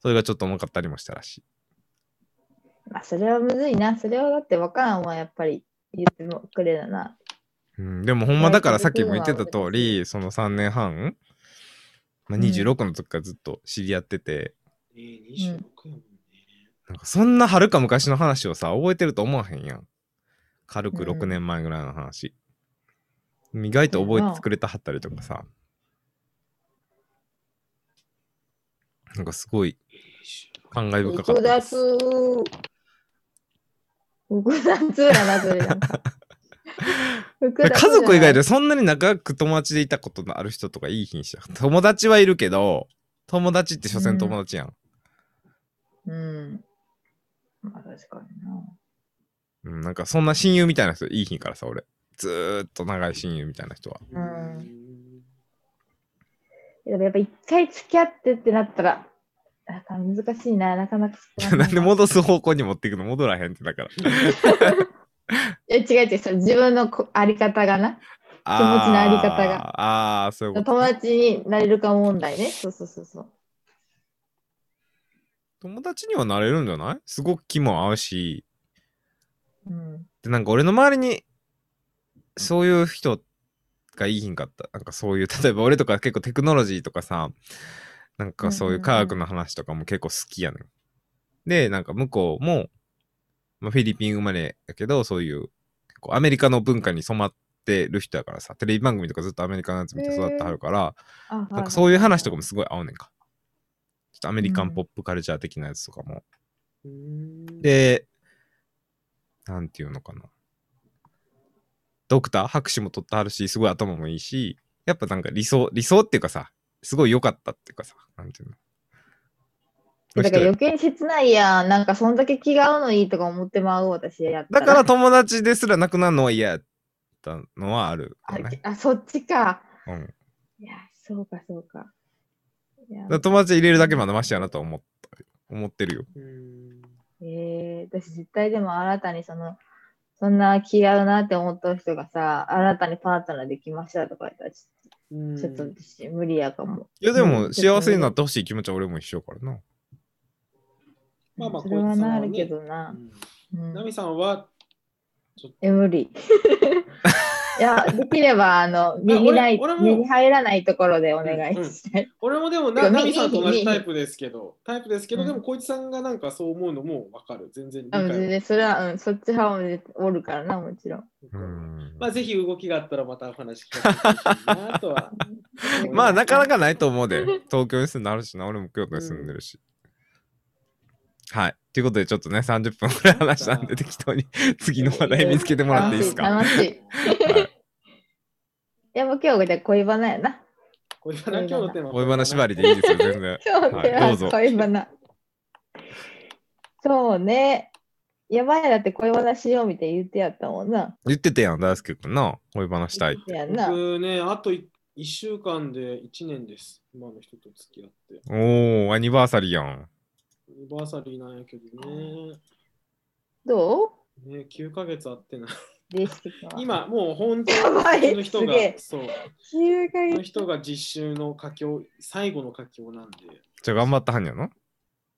Speaker 1: それがちょっと重かったりもしたらしい。
Speaker 2: まあ、それはむずいな。それはだって分からんわ、やっぱり言ってもくれだな。
Speaker 1: うん、でもほんまだからさっきも言ってた通り、その3年半、まあ、
Speaker 2: うん
Speaker 1: 26の時からずっと知り合ってて、
Speaker 3: えー、26やもんね。
Speaker 1: なんかそんなはるか昔の話をさ、覚えてると思わへんやん。軽く
Speaker 2: うん
Speaker 1: 6年前ぐらいの話。意外と覚えてくれたはったりとかさ。なんかすごい感慨深かっ
Speaker 2: 複
Speaker 1: たです。
Speaker 2: 雑。複雑やな、それな。複
Speaker 1: 家
Speaker 2: 雑じゃない
Speaker 1: 族以外でそんなに仲良く友達でいたことのある人とかいい品種や友達はいるけど、友達って所詮友達やん。
Speaker 2: うん。まあ、確かにな。
Speaker 1: うん、なんかそんな親友みたいな人いい品からさ、俺。ずーっと長い親友みたいな人は。
Speaker 3: う
Speaker 2: うん
Speaker 3: ん。
Speaker 2: でもやっぱ一回付き合ってってなったら、なんか難しいな、なかなか
Speaker 1: い
Speaker 2: 少
Speaker 1: や
Speaker 2: いな。
Speaker 1: なんで戻す方向に持っていくの戻らへんってだから。
Speaker 2: いや違う違う、それ自分のこあり方がな。持ちのあり方が
Speaker 1: あーあー、そういうこ
Speaker 2: 友
Speaker 1: と。
Speaker 2: 達になれるか問題ね。そうそうそうそう。
Speaker 1: 友達にはなれるんじゃないすごく気も合うし、
Speaker 2: うん。
Speaker 1: で、なんか俺の周りに、そういう人がいいひんかった。なんかそういう、 <laughs> 例えば俺とか結構テクノロジーとかさ、なんかそういう科学の話とかも結構好きやねん。で、なんか向こうも、まあ、フィリピン生まれやけど、そういう、こうアメリカの文化に染まってる人やからさ、テレビ番組とかずっとアメリカのやつ見て育ってはるから、
Speaker 2: あ
Speaker 1: なんかそういう話とか
Speaker 2: も。
Speaker 1: もすごい合うねんか。ちょっとアメリカンポップカルチャー的なやつとかも
Speaker 3: うん、
Speaker 1: で、なんていうのかな。ドクター、博士も取ってはるし、すごい頭もいいし、やっぱなんか理想、理想っていうかさ、すごい良かったっていうかさ、なんていうの。の
Speaker 2: だ
Speaker 1: 人
Speaker 2: から
Speaker 1: や
Speaker 2: 余計に切ないやん。なんかそんだけ気が合うのいいとか思ってまう私やった
Speaker 1: だから友達ですらなくなるのは嫌やったのはあるよ
Speaker 2: あ
Speaker 1: ね。
Speaker 2: あそっちか。
Speaker 1: うん。
Speaker 2: いや、そうかそうか。いや
Speaker 1: だから友達入れるだけまだましやなとは思った思ってるよ。
Speaker 3: うん
Speaker 2: えー、私絶対でも新たにその、そんな嫌うなって思った人がさ、新たにパートナーできましたとか言ったらち
Speaker 3: うん
Speaker 2: ょっと、ちょっと私無理やかも。
Speaker 1: いやで
Speaker 2: う
Speaker 1: も
Speaker 2: ん
Speaker 1: 幸せになってほしい気持ちは俺も一緒やからな。
Speaker 3: まあまあ
Speaker 2: それはなあるけ
Speaker 3: こ
Speaker 2: どな。う
Speaker 3: ナ
Speaker 2: ん、
Speaker 3: ミさんは、
Speaker 2: え、無理。 <laughs> いや、できれば、あの、
Speaker 3: 俺
Speaker 2: 身にない、
Speaker 3: 俺も
Speaker 2: 身に入らないところでお願いしたい。
Speaker 3: 俺もでも
Speaker 2: て
Speaker 3: な、
Speaker 2: か
Speaker 3: ナミさんと同
Speaker 2: 見えへ
Speaker 3: じ
Speaker 2: ん
Speaker 3: タイプですけど、タイプですけど、
Speaker 2: うん
Speaker 3: でも、こいつさんがなんかそう思うのもわかる。全然理
Speaker 2: あ
Speaker 3: 解
Speaker 2: の全
Speaker 3: は。
Speaker 2: 然、それは、うん、そっち派も絶おるからな、もちろん。
Speaker 1: うん
Speaker 3: まあ、ぜひ動きがあったらまたお話聞かせてほしいなとは。
Speaker 1: まあなかな
Speaker 3: か。
Speaker 1: かないと思うで。東京に住んであるしな、俺も京都に住んでるし。はい。ということで、ちょっとね、30分くらい話したんで、適当に次の話題見つけてもらっていいですか。
Speaker 2: 楽しい。
Speaker 1: はい
Speaker 2: でも今日じゃあ恋バナやな。
Speaker 3: これはな今日のテーマ。
Speaker 1: 恋バナ縛りでいいですよ、全然。
Speaker 2: 今日で
Speaker 1: はいどう
Speaker 2: は
Speaker 1: ぞ
Speaker 2: 恋バナ。そうね。やばいだって恋バナしようみたいに言ってやったもんな。
Speaker 1: 言ってたやん、大輔くんな。恋バナしたいって。
Speaker 2: やんな。
Speaker 3: 僕ね、あと1週間で1年です。今の人と付き合って。
Speaker 1: おー、アニバーサリーやん。
Speaker 3: アニバーサリーなんやけどね。
Speaker 2: ど
Speaker 3: ね、9ヶ月会ってない。
Speaker 2: うレシピ君は。
Speaker 3: 今、もう本当
Speaker 2: やばい
Speaker 3: その人が
Speaker 2: すげえ、
Speaker 3: そう、
Speaker 2: 9ヶ
Speaker 3: その
Speaker 2: 月。
Speaker 3: 人が実習の佳境、最後の佳境なんで、
Speaker 1: じゃあ頑張ったはんやの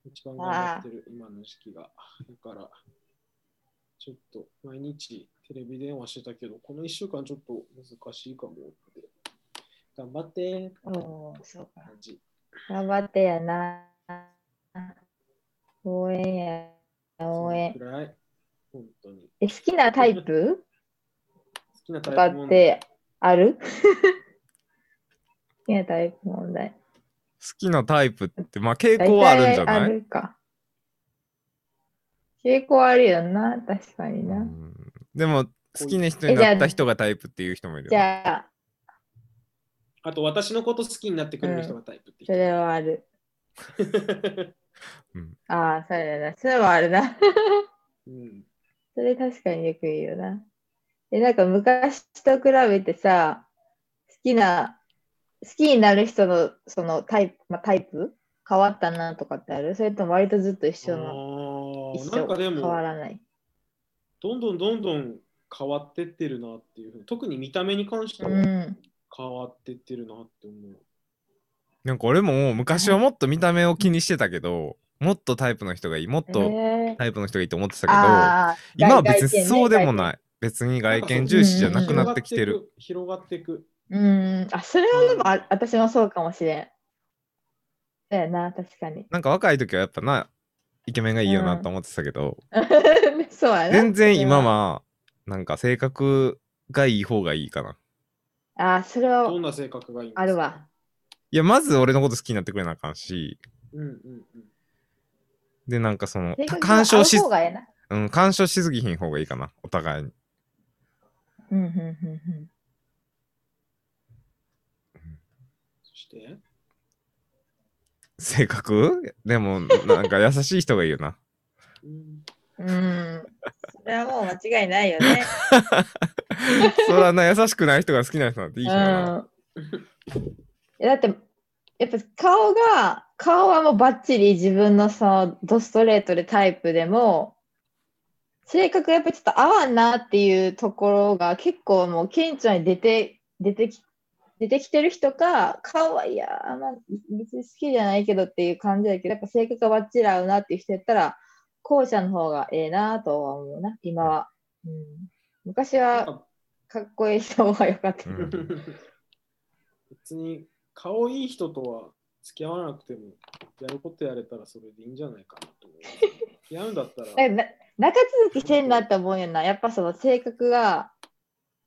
Speaker 3: 一番頑張ってる今の時期が。だから、ちょっと毎日テレビ電話してたけど、この1週間ちょっと難しいかもって。頑張ってって
Speaker 2: おーそうか。
Speaker 3: 感じ。
Speaker 2: 頑張ってやな。応援や。応援
Speaker 3: そ。のくらい、本当に。
Speaker 2: え、好きなタイプ
Speaker 3: 好きな
Speaker 2: とか
Speaker 3: タイプ
Speaker 2: っ
Speaker 3: 問題
Speaker 2: て
Speaker 1: <laughs>
Speaker 2: ある好きなタイプ問題。
Speaker 1: 好きなタイプって、まあ傾
Speaker 2: 大
Speaker 1: 向はあるんじゃ
Speaker 2: 体
Speaker 1: な
Speaker 2: あ
Speaker 1: い
Speaker 2: るか。傾向あるよな、確かに
Speaker 1: う
Speaker 2: な。
Speaker 1: んでも、好きな人になった人がタイプっていう人もいる
Speaker 2: じ
Speaker 1: よ。
Speaker 2: ゃあ、
Speaker 3: あと私のこと好きになってくれる人がタイプって
Speaker 2: それはある。
Speaker 3: 人。
Speaker 2: ああ、それだな。それはあるな。
Speaker 3: <laughs>
Speaker 2: <laughs>
Speaker 3: うん。
Speaker 2: それ確かによく言うよな。え、なんか昔と比べてさ、好きな、好きになる人のそのタイプ、まあ、タイプ変わったなとかってあるそれとも割とずっと一緒の、
Speaker 3: あ
Speaker 2: 一
Speaker 3: ーなん
Speaker 2: 緒
Speaker 3: かで
Speaker 2: 変
Speaker 3: も
Speaker 2: わ、らない。
Speaker 3: どんどんどんどん変わってってるなっていうふうに特に見た目に関して
Speaker 2: う
Speaker 3: は
Speaker 2: ん。
Speaker 3: 変わってってるなって思う。
Speaker 1: なんか俺も昔はもっと見た目を気にしてたけど、もっとタイプの人がいい、もっと
Speaker 2: えー
Speaker 1: タイプの人がいいと思ってたけど、
Speaker 2: ああ
Speaker 1: 今は別にそうでも
Speaker 2: い。
Speaker 1: ない。別に外見重視じゃなくなってきてる。
Speaker 3: 広がっていく。
Speaker 2: うん。あ、それはでもあ、私もそうかもしれん。だよな、確かに。 <laughs>
Speaker 1: なんか若い時はやっぱな、イケメンがいいよなと思ってたけど、
Speaker 2: そうやな。
Speaker 1: 全然今は、なんか性格がいい方がいいかな。
Speaker 2: ああ、それは
Speaker 3: どんな性格がいいんですか
Speaker 2: あるわ。。
Speaker 1: いや、まず俺のこと好きになってくれなあかんし、
Speaker 3: うんうんうん。
Speaker 1: で、なんかその
Speaker 2: 性、格が
Speaker 1: 干渉し
Speaker 2: 合う、方がええな。
Speaker 1: うん、干渉しすぎひん方がいいかな、お互いに。
Speaker 2: うんうんうんうん。
Speaker 3: そして、
Speaker 1: 性格 <laughs> でも、なんか優しい人がいいよな。
Speaker 3: うん、
Speaker 2: うん。 <laughs> それはもう間違いないよね。
Speaker 1: そらな、優しくない人が好きな人なんていい人だな。
Speaker 2: うん。だって、やっぱ顔が、顔はもうバッチリ自分のそのドストレートでタイプでも、性格やっぱちょっと合わんなっていうところが結構もう顕著に出て、出てき、出てきてる人か、顔はいや、まあ、別に好きじゃないけどっていう感じだけど、やっぱ性格がバッチリ合うなっていう人やったら、後者の方がええなとは思うな、今は。うん、昔
Speaker 3: な
Speaker 2: は
Speaker 3: んか
Speaker 2: かっこいい人が良かったけど。
Speaker 1: うん
Speaker 3: 別に顔いい人とは付き合わなくてもやることやれたらそれでいいんじゃないかなと思う。付き合うん
Speaker 2: <laughs>
Speaker 3: だったら。
Speaker 2: だからな中続きせんなって思うよな。やっぱその性格が、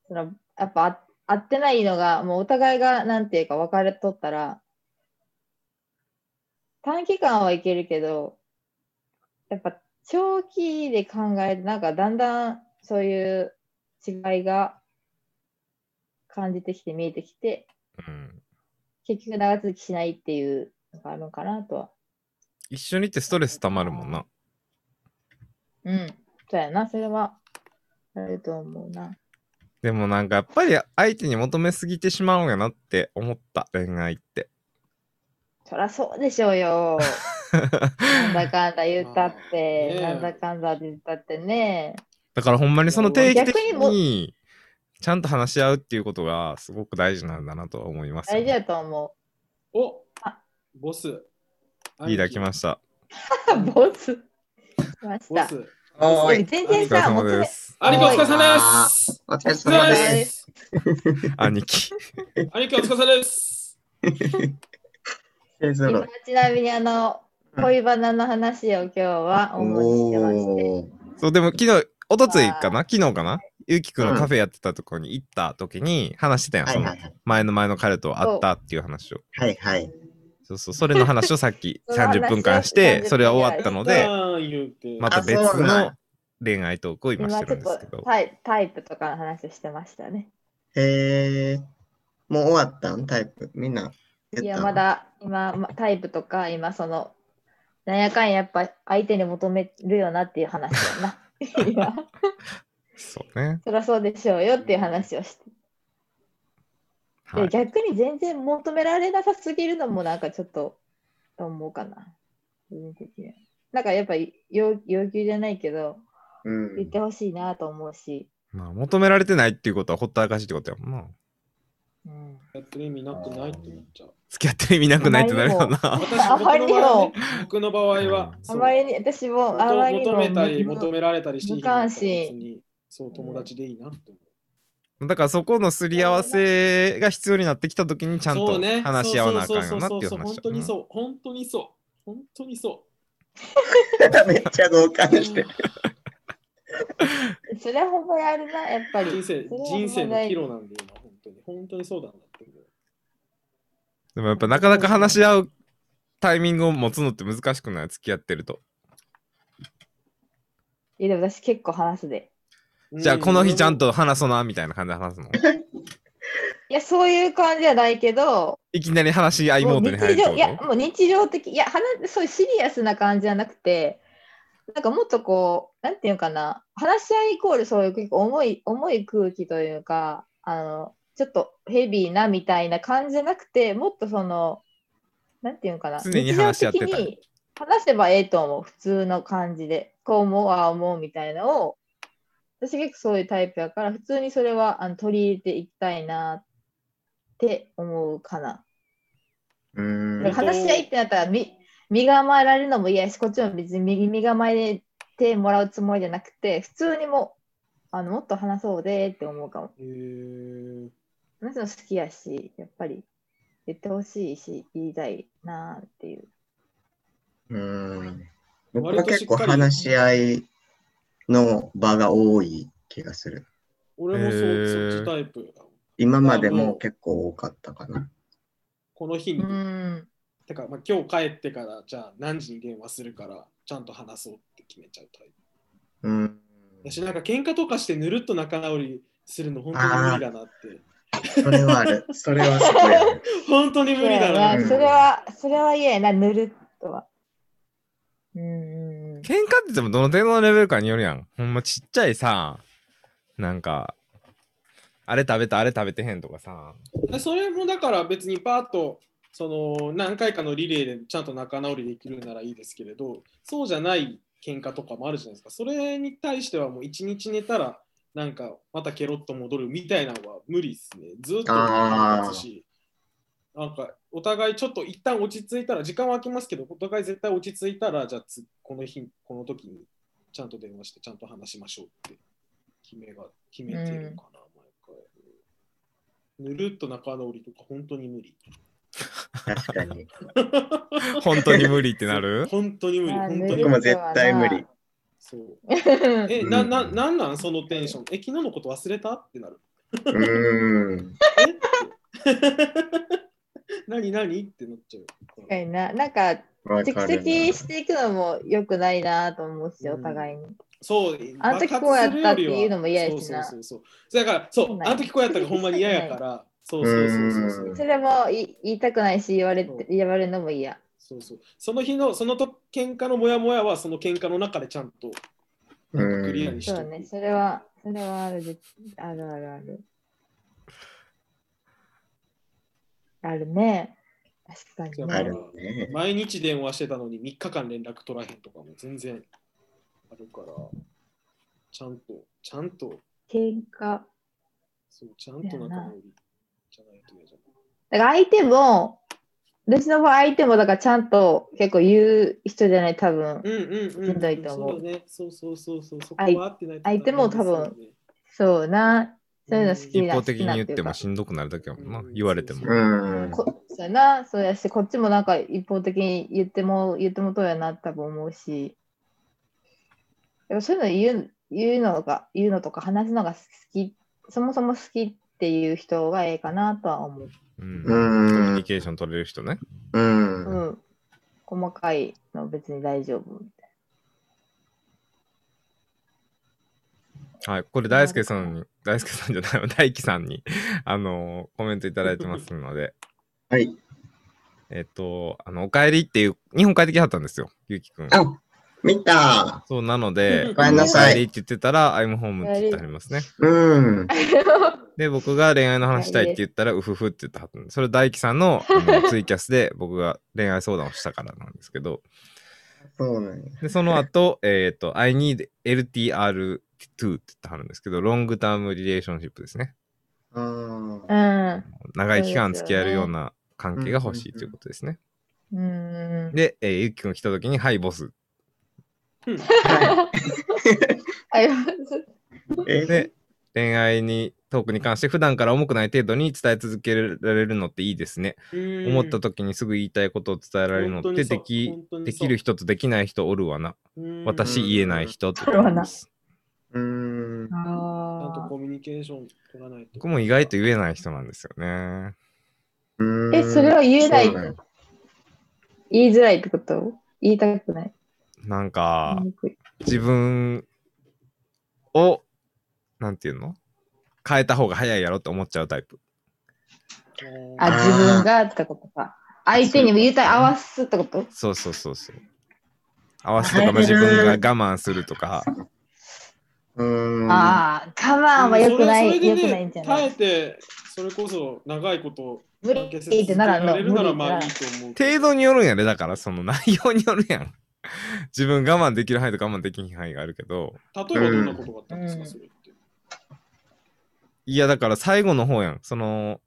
Speaker 2: そのやっぱあ合ってないのが、もうお互いがなんていうか分かれとったら、短期間はいけるけど、やっぱ長期で考えて、なんかだんだんそういう違いが感じてきて見えてきて、
Speaker 1: うん
Speaker 2: 結局長続きしないっていうのがあるのかなとは。
Speaker 1: 一緒にいてストレス溜まるもんな。
Speaker 2: うん。そうやな。それはあると思うな。
Speaker 1: でもなんかやっぱり相手に求めすぎてしまうんやなって思った恋愛って。
Speaker 2: そらそうでしょうよ。なんだかんだ言ったって、
Speaker 3: まあねえ
Speaker 2: なんだかんだ言ったってね。
Speaker 1: <laughs> だからほんまにその定期的
Speaker 2: 逆にも
Speaker 1: にちゃんと話し合うっていうことがすごく大事なんだなとは思いますよ
Speaker 2: 大
Speaker 1: ね、
Speaker 2: 事だと思
Speaker 3: お
Speaker 2: あ
Speaker 3: ボス。
Speaker 1: リーダー来ま
Speaker 3: し
Speaker 1: した。
Speaker 2: う。ボス。来まし
Speaker 3: ボ
Speaker 2: た。
Speaker 3: ス。
Speaker 2: ボス
Speaker 4: はい。
Speaker 2: 全
Speaker 1: お疲
Speaker 2: 然
Speaker 1: れ
Speaker 2: さ、
Speaker 1: 様
Speaker 2: 求
Speaker 1: で
Speaker 2: め
Speaker 1: す。
Speaker 3: アニキお疲れ様です。
Speaker 4: お疲
Speaker 3: お
Speaker 4: れ
Speaker 3: 疲
Speaker 4: 様
Speaker 3: れ
Speaker 4: です。
Speaker 3: 様
Speaker 2: 様
Speaker 3: で。
Speaker 2: です
Speaker 1: 兄貴。
Speaker 3: アニキお疲れ様です。
Speaker 4: 勢ぞろ
Speaker 2: 今
Speaker 4: い
Speaker 2: ちなみにあの
Speaker 4: うん
Speaker 2: 恋バナの話を今日はお持ちしてまして、
Speaker 4: おー
Speaker 1: そう、でも昨日、一昨日かな昨日かなゆうきくん
Speaker 4: う
Speaker 1: の
Speaker 4: ん
Speaker 1: カフェやってたとこに行った時に話してたやん。
Speaker 4: は
Speaker 1: そ
Speaker 4: い
Speaker 1: の
Speaker 4: はいはい
Speaker 1: 前の前の彼と会ったっていう話を。
Speaker 4: はいはい。
Speaker 1: そうそう、それの話をさっ
Speaker 4: <laughs>
Speaker 1: き
Speaker 2: その話を
Speaker 1: 30分間して、
Speaker 2: 30
Speaker 1: それは終わったので、
Speaker 3: あー言うて
Speaker 1: また別
Speaker 4: あそうなん
Speaker 1: の
Speaker 4: や
Speaker 1: 恋愛トークを今して
Speaker 2: 今ち
Speaker 1: る
Speaker 2: ょ
Speaker 1: ん
Speaker 2: っ
Speaker 1: ですけど
Speaker 2: と。タイタイプとかの話をしてましたね。
Speaker 4: えー、もう終わったんタイプ。みんな。言った
Speaker 2: いやま。だ今まタイプとか今そのなんやかんややっぱ相手に求めるよなっていう話やな。いや
Speaker 1: そうね。
Speaker 2: そりゃそうでしょうよっていう話をして、で
Speaker 1: はい。
Speaker 2: 逆に全然求められなさすぎるのもなんかちょっとと思うかな。個人的にはなんかやっぱり要要求じゃないけど
Speaker 4: うん
Speaker 2: 言っ。てほしいなと思うし。
Speaker 1: まあ、求められてないっていうことはほったらかしってことやもんな。
Speaker 2: うん
Speaker 3: やってる意味なくないって思っちゃう。
Speaker 1: 付き合ってる意味なくないってなるよな。
Speaker 3: 私、
Speaker 2: <laughs> あまりにも
Speaker 3: 僕の場合は、
Speaker 1: うん
Speaker 3: そ
Speaker 2: あ
Speaker 3: う
Speaker 2: まりに私もあまりに
Speaker 3: 求
Speaker 2: も
Speaker 3: めたり、求められたりしていい
Speaker 2: 無関心
Speaker 3: 別にそう、友達でいいなって思う。
Speaker 1: だからそこのすり合わせが必要になってきた時にちゃん
Speaker 3: そ
Speaker 1: と
Speaker 3: うね
Speaker 1: 話し合わなあかんよなっていう
Speaker 3: そうそうそうそう
Speaker 1: 話
Speaker 3: 本
Speaker 1: だ
Speaker 3: 当に
Speaker 1: な
Speaker 3: そう、本当にそう、本当にそ
Speaker 4: <laughs> めっちゃ同感して。
Speaker 2: それはほんまにあるな、やっぱ
Speaker 3: う。
Speaker 2: り。
Speaker 3: 人生、
Speaker 2: それは
Speaker 3: 人生
Speaker 2: 問題
Speaker 3: の岐路なんで、今、本当に、本当にそうだなって思う。
Speaker 1: でもやっぱなかなか話し合うタイミングを持つのって難しくない付き合ってると、
Speaker 2: いや、でも私結構話すで。
Speaker 1: <laughs> じゃあこの日ちゃん
Speaker 3: と。
Speaker 1: と話そうなみたいな感じで話すの
Speaker 2: いや、そういう感じじゃないけど、
Speaker 1: いきなり話し合いモードに入る
Speaker 2: も
Speaker 1: っ
Speaker 2: う日常、い
Speaker 1: て
Speaker 2: や、
Speaker 1: こ
Speaker 2: もう日常的、いや、話そういうシリアスな感じじゃなくて、なんかもっとこう、なんていうのかな、話し合いイコールそういう結構重い、重い空気というか、あの、ちょっとヘビーなみたいな感じじゃなくて、もっとその、なんていうのかな、
Speaker 1: 常に話し合ってた
Speaker 2: 日常的に話せばええと思う、普通の感じで、こう思う、ああ思うみたいなのを、私結構そういうタイプやから、普通にそれはあの取り入れていきたいなって思うかな。
Speaker 4: う
Speaker 2: だ
Speaker 4: ん
Speaker 2: から話し合いってなったらみ身構えられるのも嫌やしこっちも別に身身構えてもらうつもりじゃなくて普通にもあのもっと話そうでって思うかも
Speaker 3: へー
Speaker 2: 話すの好きやしやっぱり言ってほしいし言いたいなっていう
Speaker 4: うん。僕は結構話し合いの場が多い気がする。
Speaker 3: 俺もそ
Speaker 1: へー
Speaker 3: う、そっちタイプ。
Speaker 4: 今までも結構多かったかな。
Speaker 3: この日
Speaker 2: う
Speaker 3: に、
Speaker 2: ん
Speaker 3: てか、まあ、今日帰ってから、じゃあ何時に電話するから、ちゃんと話そうって決めちゃうタイプ。
Speaker 4: うん。
Speaker 3: だし、なんか喧嘩とかしてぬるっと仲直りするの、本当に無理だなって。
Speaker 4: それはあ <laughs> る。それはすごいある。
Speaker 3: 本当に無理だ
Speaker 2: そうや
Speaker 3: な。
Speaker 4: う
Speaker 2: なんそれはそれは嫌やなぬるっとはうん
Speaker 1: <laughs>
Speaker 2: うんうん
Speaker 1: と喧嘩って言ってもどの程度のレベルかによるやんほんまちっちゃいさなんかあれ食べたあれ食べてへんとかさ
Speaker 3: でそれもだから別にパーッとその何回かのリレーでちゃんと仲直りできるならいいですけれどそうじゃない喧嘩とかもあるじゃないですかそれに対してはもう1日寝たらなんかまたケロッと戻るみたいなのは無理ですねずっと腹立つしなんかお互いちょっと一旦落ち着いたら時間は空きますけどお互い絶対落ち着いたらじゃあつこの日この時にちゃんと電話してちゃんと話しましょうって決めが決めてるかな、毎回。ぬるっと仲直りとか本当に無理。
Speaker 4: 確かに。
Speaker 1: 本当に無理ってなる
Speaker 3: そう本当に無理。
Speaker 2: あー
Speaker 3: 本当
Speaker 2: ぬ
Speaker 3: に
Speaker 2: る
Speaker 4: 僕
Speaker 2: っ
Speaker 3: 無
Speaker 4: も
Speaker 3: 理。
Speaker 4: 絶対
Speaker 2: <laughs>
Speaker 4: 無理。
Speaker 3: そう。
Speaker 2: うん
Speaker 3: え、
Speaker 4: うん
Speaker 3: な、な、なんなんそのテンション。え、昨日のこと忘れたってなる。
Speaker 4: うん。
Speaker 3: えって何何ってなっちゃう。
Speaker 2: 確かにななんか
Speaker 4: わ
Speaker 2: 蓄
Speaker 4: かる。
Speaker 2: 積していくのも良くないなと思うしお互いに
Speaker 3: そう、
Speaker 2: あの時こうやったっていうのも嫌やしな
Speaker 3: そうそうそうそう。だから、そう
Speaker 2: そう、なんや
Speaker 3: あの時こうやったがほんまに嫌
Speaker 2: <laughs>
Speaker 3: やから。そうそうそうそうそううん
Speaker 2: それもい言いたくないし言われ
Speaker 3: そう
Speaker 2: て言われるのも嫌
Speaker 3: そうそうその日のそのと喧嘩のモヤモヤはその喧嘩の中でちゃんとなんかクリアにし
Speaker 2: そう
Speaker 3: て
Speaker 2: ね、それは、それはあるで、あるあるある。あるね。確かに。
Speaker 4: あるね。
Speaker 3: 毎日電話してたのに3日間連絡取らへんとかも全然あるから、ちゃんと、ちゃんと、
Speaker 2: 喧嘩。
Speaker 3: そう、ちゃんと仲直りじゃないと嫌じゃない。
Speaker 2: だから相手も、私の場合相手もだからちゃんと結構言う人じゃない、多分。
Speaker 3: うんうんうん。
Speaker 2: しんどいと思う
Speaker 3: そうだね。そうそうそうそう。そこは合ってないと
Speaker 2: 相手も多分
Speaker 3: ダメですよね
Speaker 2: そうな。そういうの好き
Speaker 1: 一
Speaker 2: な。
Speaker 1: 方的に言っ
Speaker 2: 好きな
Speaker 1: て
Speaker 2: いう
Speaker 1: も
Speaker 2: か
Speaker 1: しんどくなるだけやもんな
Speaker 3: うん。
Speaker 1: 言われても。
Speaker 4: うん。
Speaker 2: こそうやな、そうやし、こっちもなんか一方的に言っても、言ってもとうやなって多分思うし、やっぱそういうの言う言うのが、言うのとか話すのが好き、そもそも好きっていう人がええかなとは思う。
Speaker 1: うんコ
Speaker 4: う
Speaker 1: ミ
Speaker 4: ん
Speaker 1: ュニケーション取れる人ね。
Speaker 4: う。
Speaker 2: うんん。細かいの別に大丈夫
Speaker 4: <laughs>
Speaker 2: みたい
Speaker 1: はい、これ大輔さんに、大輔さんじゃないわ、大輝さんに、あのーコメントいただいてますので、
Speaker 4: はい。
Speaker 1: えっと、あの、お帰りっていう、日本帰ってきはったんですよ、ゆうきくん。
Speaker 4: あ、見た。
Speaker 1: そうなので、
Speaker 3: ご
Speaker 4: めんなさい
Speaker 1: お帰りって言ってたら、I'm home って言ってはりますね。
Speaker 4: うん。
Speaker 1: で、僕が恋愛の話したいって言ったら、うふふって言ってはったんでそれ大輝さんのあのツイキャスで僕が恋愛相談をしたからなんですけど、
Speaker 4: そうなんや。
Speaker 1: で、その後、えっと、I need LTR2 って言ってはるんですけど、ロングタームリレーションシップですね。
Speaker 4: あー
Speaker 2: な。
Speaker 1: 長い期間付き合えるような関係が欲しいということですね。
Speaker 2: うん。うん。
Speaker 1: で、えーゆっきくん来た時に、はい、ボス。
Speaker 4: は
Speaker 2: あいや
Speaker 4: い。え
Speaker 1: で、恋愛に、トークに関して普段から重くない程度に伝え続けられるのっていいですね。
Speaker 3: うん
Speaker 1: 思った時にすぐ言いたいことを伝えられるのってでき、できる、人とできない人おるわな。
Speaker 3: 本当にそう
Speaker 1: 私言えない人ってこ
Speaker 2: おる
Speaker 1: と
Speaker 2: わな
Speaker 1: です。
Speaker 4: うん。
Speaker 3: うんちゃんと
Speaker 2: あ
Speaker 3: コミュニケーション取らないと。
Speaker 1: 僕も意外と言えない人なんですよね。
Speaker 4: うん
Speaker 2: えそれは言えない
Speaker 4: そうなんや
Speaker 2: ー言いづらいってこと言いたくない。
Speaker 1: なん
Speaker 2: 言
Speaker 1: か
Speaker 2: い、にくい
Speaker 1: 自分を、なんていうの変えた方が早いやろって思っちゃうタイプ。
Speaker 2: あ、
Speaker 4: あー
Speaker 2: 自分がってことか。相手にも言いたい、合わすってこと
Speaker 1: そうそうそうそう。合わせとか、まあ自分が我慢するとか、
Speaker 4: うん。
Speaker 2: ああ、我慢は良くない、良くないんじゃない
Speaker 3: 耐えて、それこそ長いこと、
Speaker 2: 無理ってならんの。
Speaker 3: れ
Speaker 2: 無理
Speaker 3: るなら
Speaker 2: ってな
Speaker 3: ま
Speaker 2: ら
Speaker 3: あ
Speaker 2: ん
Speaker 3: いいと思う。
Speaker 1: 程度によるんやで、だからその内容によるやん。自分我慢できる範囲と我慢できひん範囲があるけど、
Speaker 3: 例えばどんなことがあったんですか、
Speaker 2: うん
Speaker 3: それって。
Speaker 1: いやだから最後の方やん。その、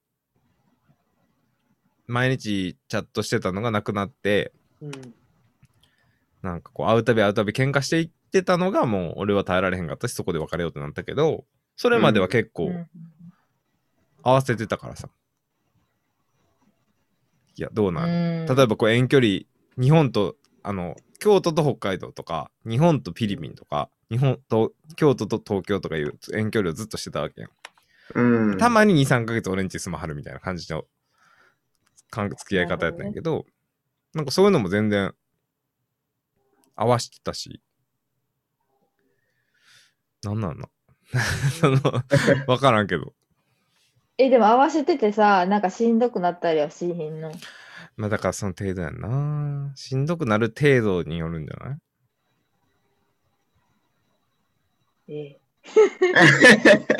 Speaker 1: 毎日チャットしてたのがなくなって、
Speaker 3: うん
Speaker 1: なんかこう会うたび会うたび喧嘩していってたのがもう俺は耐えられへんかったし、そこで別れようってなったけど、それまでは結構
Speaker 2: うん
Speaker 1: 合わせてたからさ。いや、どうなん
Speaker 2: うん
Speaker 1: 例えばこう遠距離日本とあの京都と北海道とか日本とフィリピンとか日本と京都と東京とかいう遠距離をずっとしてたわけやん、
Speaker 4: うん。
Speaker 1: たまに23ヶ月俺んち住まはるみたいな感じの感付き合い方やったんやけどなんかそういうのも全然合わしてたしなんなんの <laughs> その分からんけど
Speaker 2: え、でも合わせててさ、なんかしんどくなったりはしひんの。
Speaker 1: まあだからその程度やんなしんどくなる程度によるんじゃない
Speaker 2: ええしんどく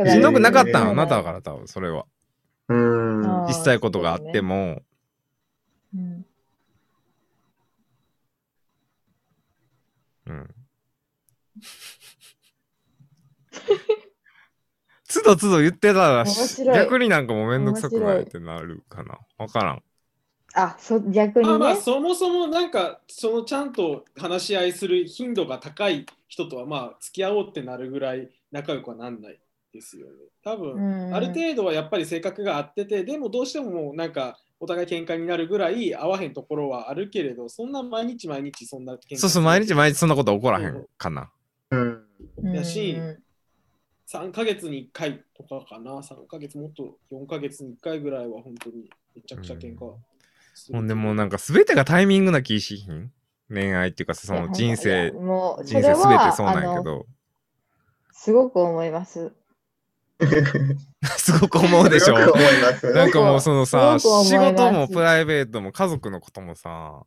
Speaker 4: えー
Speaker 1: しんどくなかった
Speaker 4: え
Speaker 1: ん
Speaker 4: ー
Speaker 1: あなただから多分それは
Speaker 4: うん。
Speaker 2: あー
Speaker 1: 実際ことがあっても、
Speaker 2: うん
Speaker 1: <laughs> うん。つどつど言ってたらし
Speaker 2: 面白い
Speaker 1: 逆になんかもうめんどくさくないってなるかな。わからん。
Speaker 2: あ、そ逆
Speaker 3: まあ
Speaker 2: に
Speaker 3: まあ
Speaker 2: ね。
Speaker 3: そもそもなんかそのちゃんと話し合いする頻度が高い人とはまあ付き合おうってなるぐらい仲良くはなんないですよね。多分、
Speaker 2: うん
Speaker 3: ある程度はやっぱり性格が合っててでもどうしてももうなんかお互い喧嘩になるぐらい合わへんところはあるけれどそんな毎日毎日そんな喧嘩
Speaker 1: そうそう、毎日毎日そんなこと起こらへ
Speaker 3: うんん
Speaker 1: かな。 <laughs>
Speaker 4: うん。
Speaker 2: うん
Speaker 3: やし
Speaker 2: うん
Speaker 3: 3ヶ月に1回とかかな3ヶ月もっと4ヶ月に1回ぐらいは本当にめちゃくちゃ喧嘩する
Speaker 1: ほんでもうなんか全てがタイミングな気しひん恋愛っていうかさ、そ
Speaker 2: いや
Speaker 1: の人
Speaker 2: いや
Speaker 1: 生、
Speaker 2: もう、そ
Speaker 1: 人生全
Speaker 2: れ
Speaker 1: て
Speaker 2: は、
Speaker 1: そうなんや
Speaker 2: あ
Speaker 1: け
Speaker 2: の
Speaker 1: ど、
Speaker 2: すごく思います。
Speaker 1: <laughs> すごく思うでし
Speaker 2: <laughs>
Speaker 1: ょ
Speaker 4: よ。く思います。
Speaker 1: なんかもうそのさ、
Speaker 2: すごく思います
Speaker 1: 仕事もプライベートも家族のこともさ、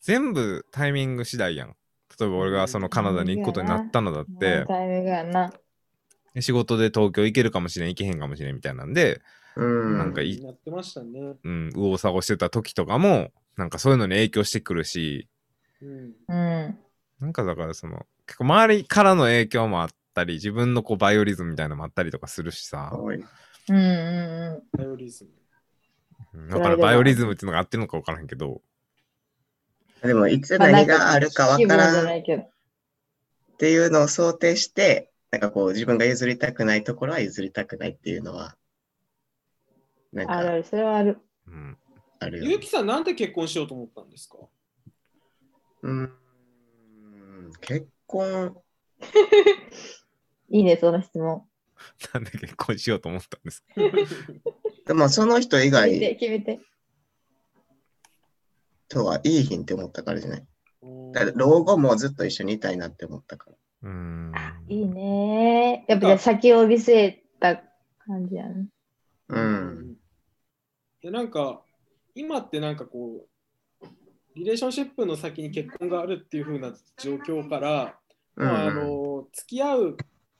Speaker 1: 全部タイミング次第やん。例えば俺がそのカナダに行くことになったのだっ
Speaker 2: も
Speaker 1: て
Speaker 2: う、タイミングやな。
Speaker 1: 仕事で東京行けるかもしれん、行けへんかもしれんみたいなんで、
Speaker 4: うん。
Speaker 1: なんかい
Speaker 3: やってましたね。
Speaker 1: うん、右往左往してた時とかも、なんかそういうのに影響してくるし、
Speaker 3: うん。
Speaker 2: うん。
Speaker 1: なんかだからその、結構周りからの影響もあったり、自分のこうバイオリズムみたいなのもあったりとかするしさ、
Speaker 4: はい
Speaker 2: うんうんうん。
Speaker 3: 頼りずに。
Speaker 1: うんだからバイオリズムっていうのがあってるのか分からへんけど、
Speaker 4: でも、いつ何があるかわか
Speaker 2: まあなん
Speaker 4: ら
Speaker 2: 規模じゃ
Speaker 4: んっ
Speaker 2: ないけど。
Speaker 4: ていうのを想定して、なんかこう、自分が譲りたくないところは譲りたくないっていうのは、なん
Speaker 2: あ
Speaker 4: か
Speaker 2: るそれはある。
Speaker 1: うん、
Speaker 4: あるよね
Speaker 3: ゆうきさん、なんで結婚しようと思ったんですか
Speaker 4: うん。結婚、
Speaker 2: いいね、その質問。
Speaker 1: なんで結婚しようと思ったんですか。
Speaker 4: でもその人以
Speaker 2: 決めて、
Speaker 4: 外
Speaker 2: 決めて。
Speaker 4: とはいいひんって思ったからじゃない。
Speaker 3: うん
Speaker 4: だから老後もずっと一緒にいたいなって思ったから。
Speaker 1: うーん。
Speaker 2: いいね。やっぱじゃあ先を見据えた感じやね。
Speaker 4: うん。
Speaker 3: でなんか今ってなんかこうリレーションシップの先に結婚があるっていう風な状況から、
Speaker 4: うん
Speaker 3: まあ、あの付き合う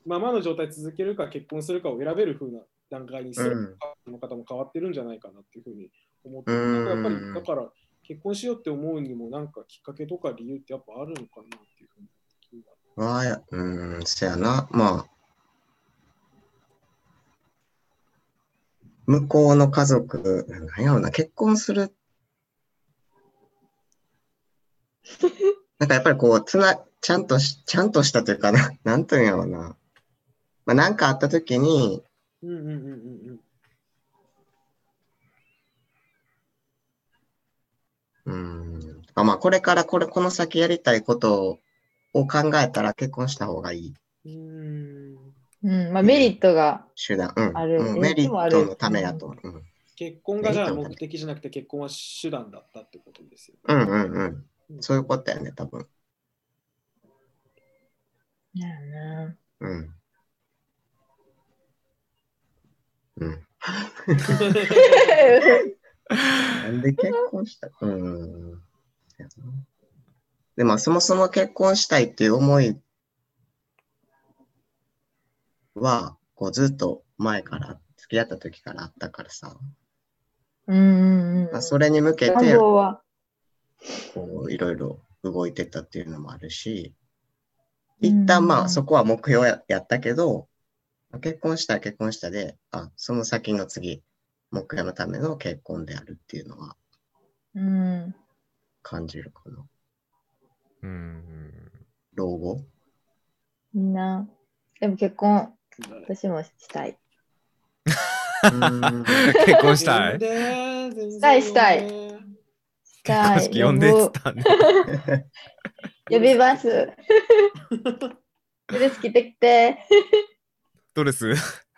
Speaker 3: ままの状態続けるか結婚するかを選べる風な段階にす
Speaker 4: う
Speaker 3: る
Speaker 4: ん
Speaker 3: の方も変わってるんじゃないかなっていう風に思って、
Speaker 4: うん
Speaker 3: なんかやっぱりだから結婚しようって思うにもなんかきっかけとか理由ってやっぱあるのかなっていう風に気になる。
Speaker 4: わあや、うん、そやな。まあ。向こうの家族、なんやろな、結婚す
Speaker 2: <laughs>
Speaker 4: る。なんかやっぱりこう、つな、ちゃんとし、ちゃんとしたというかな、なんというんやろな。まあなんかあった時に、
Speaker 3: うんうんうんうんうん。
Speaker 4: うん、あまあこれからこれ、この先やりたいことを考えたら結婚した方がいい
Speaker 3: うん
Speaker 2: うん。まあメリット <laughs> が。
Speaker 4: 手段。うん、
Speaker 2: ある
Speaker 4: うん
Speaker 2: え
Speaker 4: メリ
Speaker 2: でもあ
Speaker 4: ッ
Speaker 2: る
Speaker 4: トのためやと。うん、
Speaker 3: 結婚がじゃあ目的じゃなくて結婚は手段だったってことですよね。
Speaker 4: うん、うん、うん。そういうことやね、多分。
Speaker 2: だよな
Speaker 4: うん。うん。なんで結婚したうん。で、まあ、そもそも結婚したいっていう思いは、こう、ずっと前から、付き合った時からあったからさ、
Speaker 2: うんうんう
Speaker 4: まあ、
Speaker 2: ん。
Speaker 4: それに向け
Speaker 2: 願
Speaker 4: て、
Speaker 2: 望は。
Speaker 4: こう、いろいろ動いてたっていうのもあるし、
Speaker 2: うん
Speaker 4: 一旦まあ、そこは目標ややったけど、結婚したら結婚したで、あ、その先の次、目標のための結婚であるっていうのは
Speaker 2: うん。
Speaker 4: 感じるかな。
Speaker 1: うん。
Speaker 4: 老
Speaker 2: <laughs>
Speaker 4: 後
Speaker 2: みんな。でも結婚、私もしたい。
Speaker 1: 結婚したい
Speaker 3: した
Speaker 2: いしたい
Speaker 1: 結
Speaker 2: した
Speaker 1: 婚
Speaker 2: い。
Speaker 1: 式呼んでっつったんで。
Speaker 2: 呼びます。 <laughs> ドレス着てきて。
Speaker 1: ドレス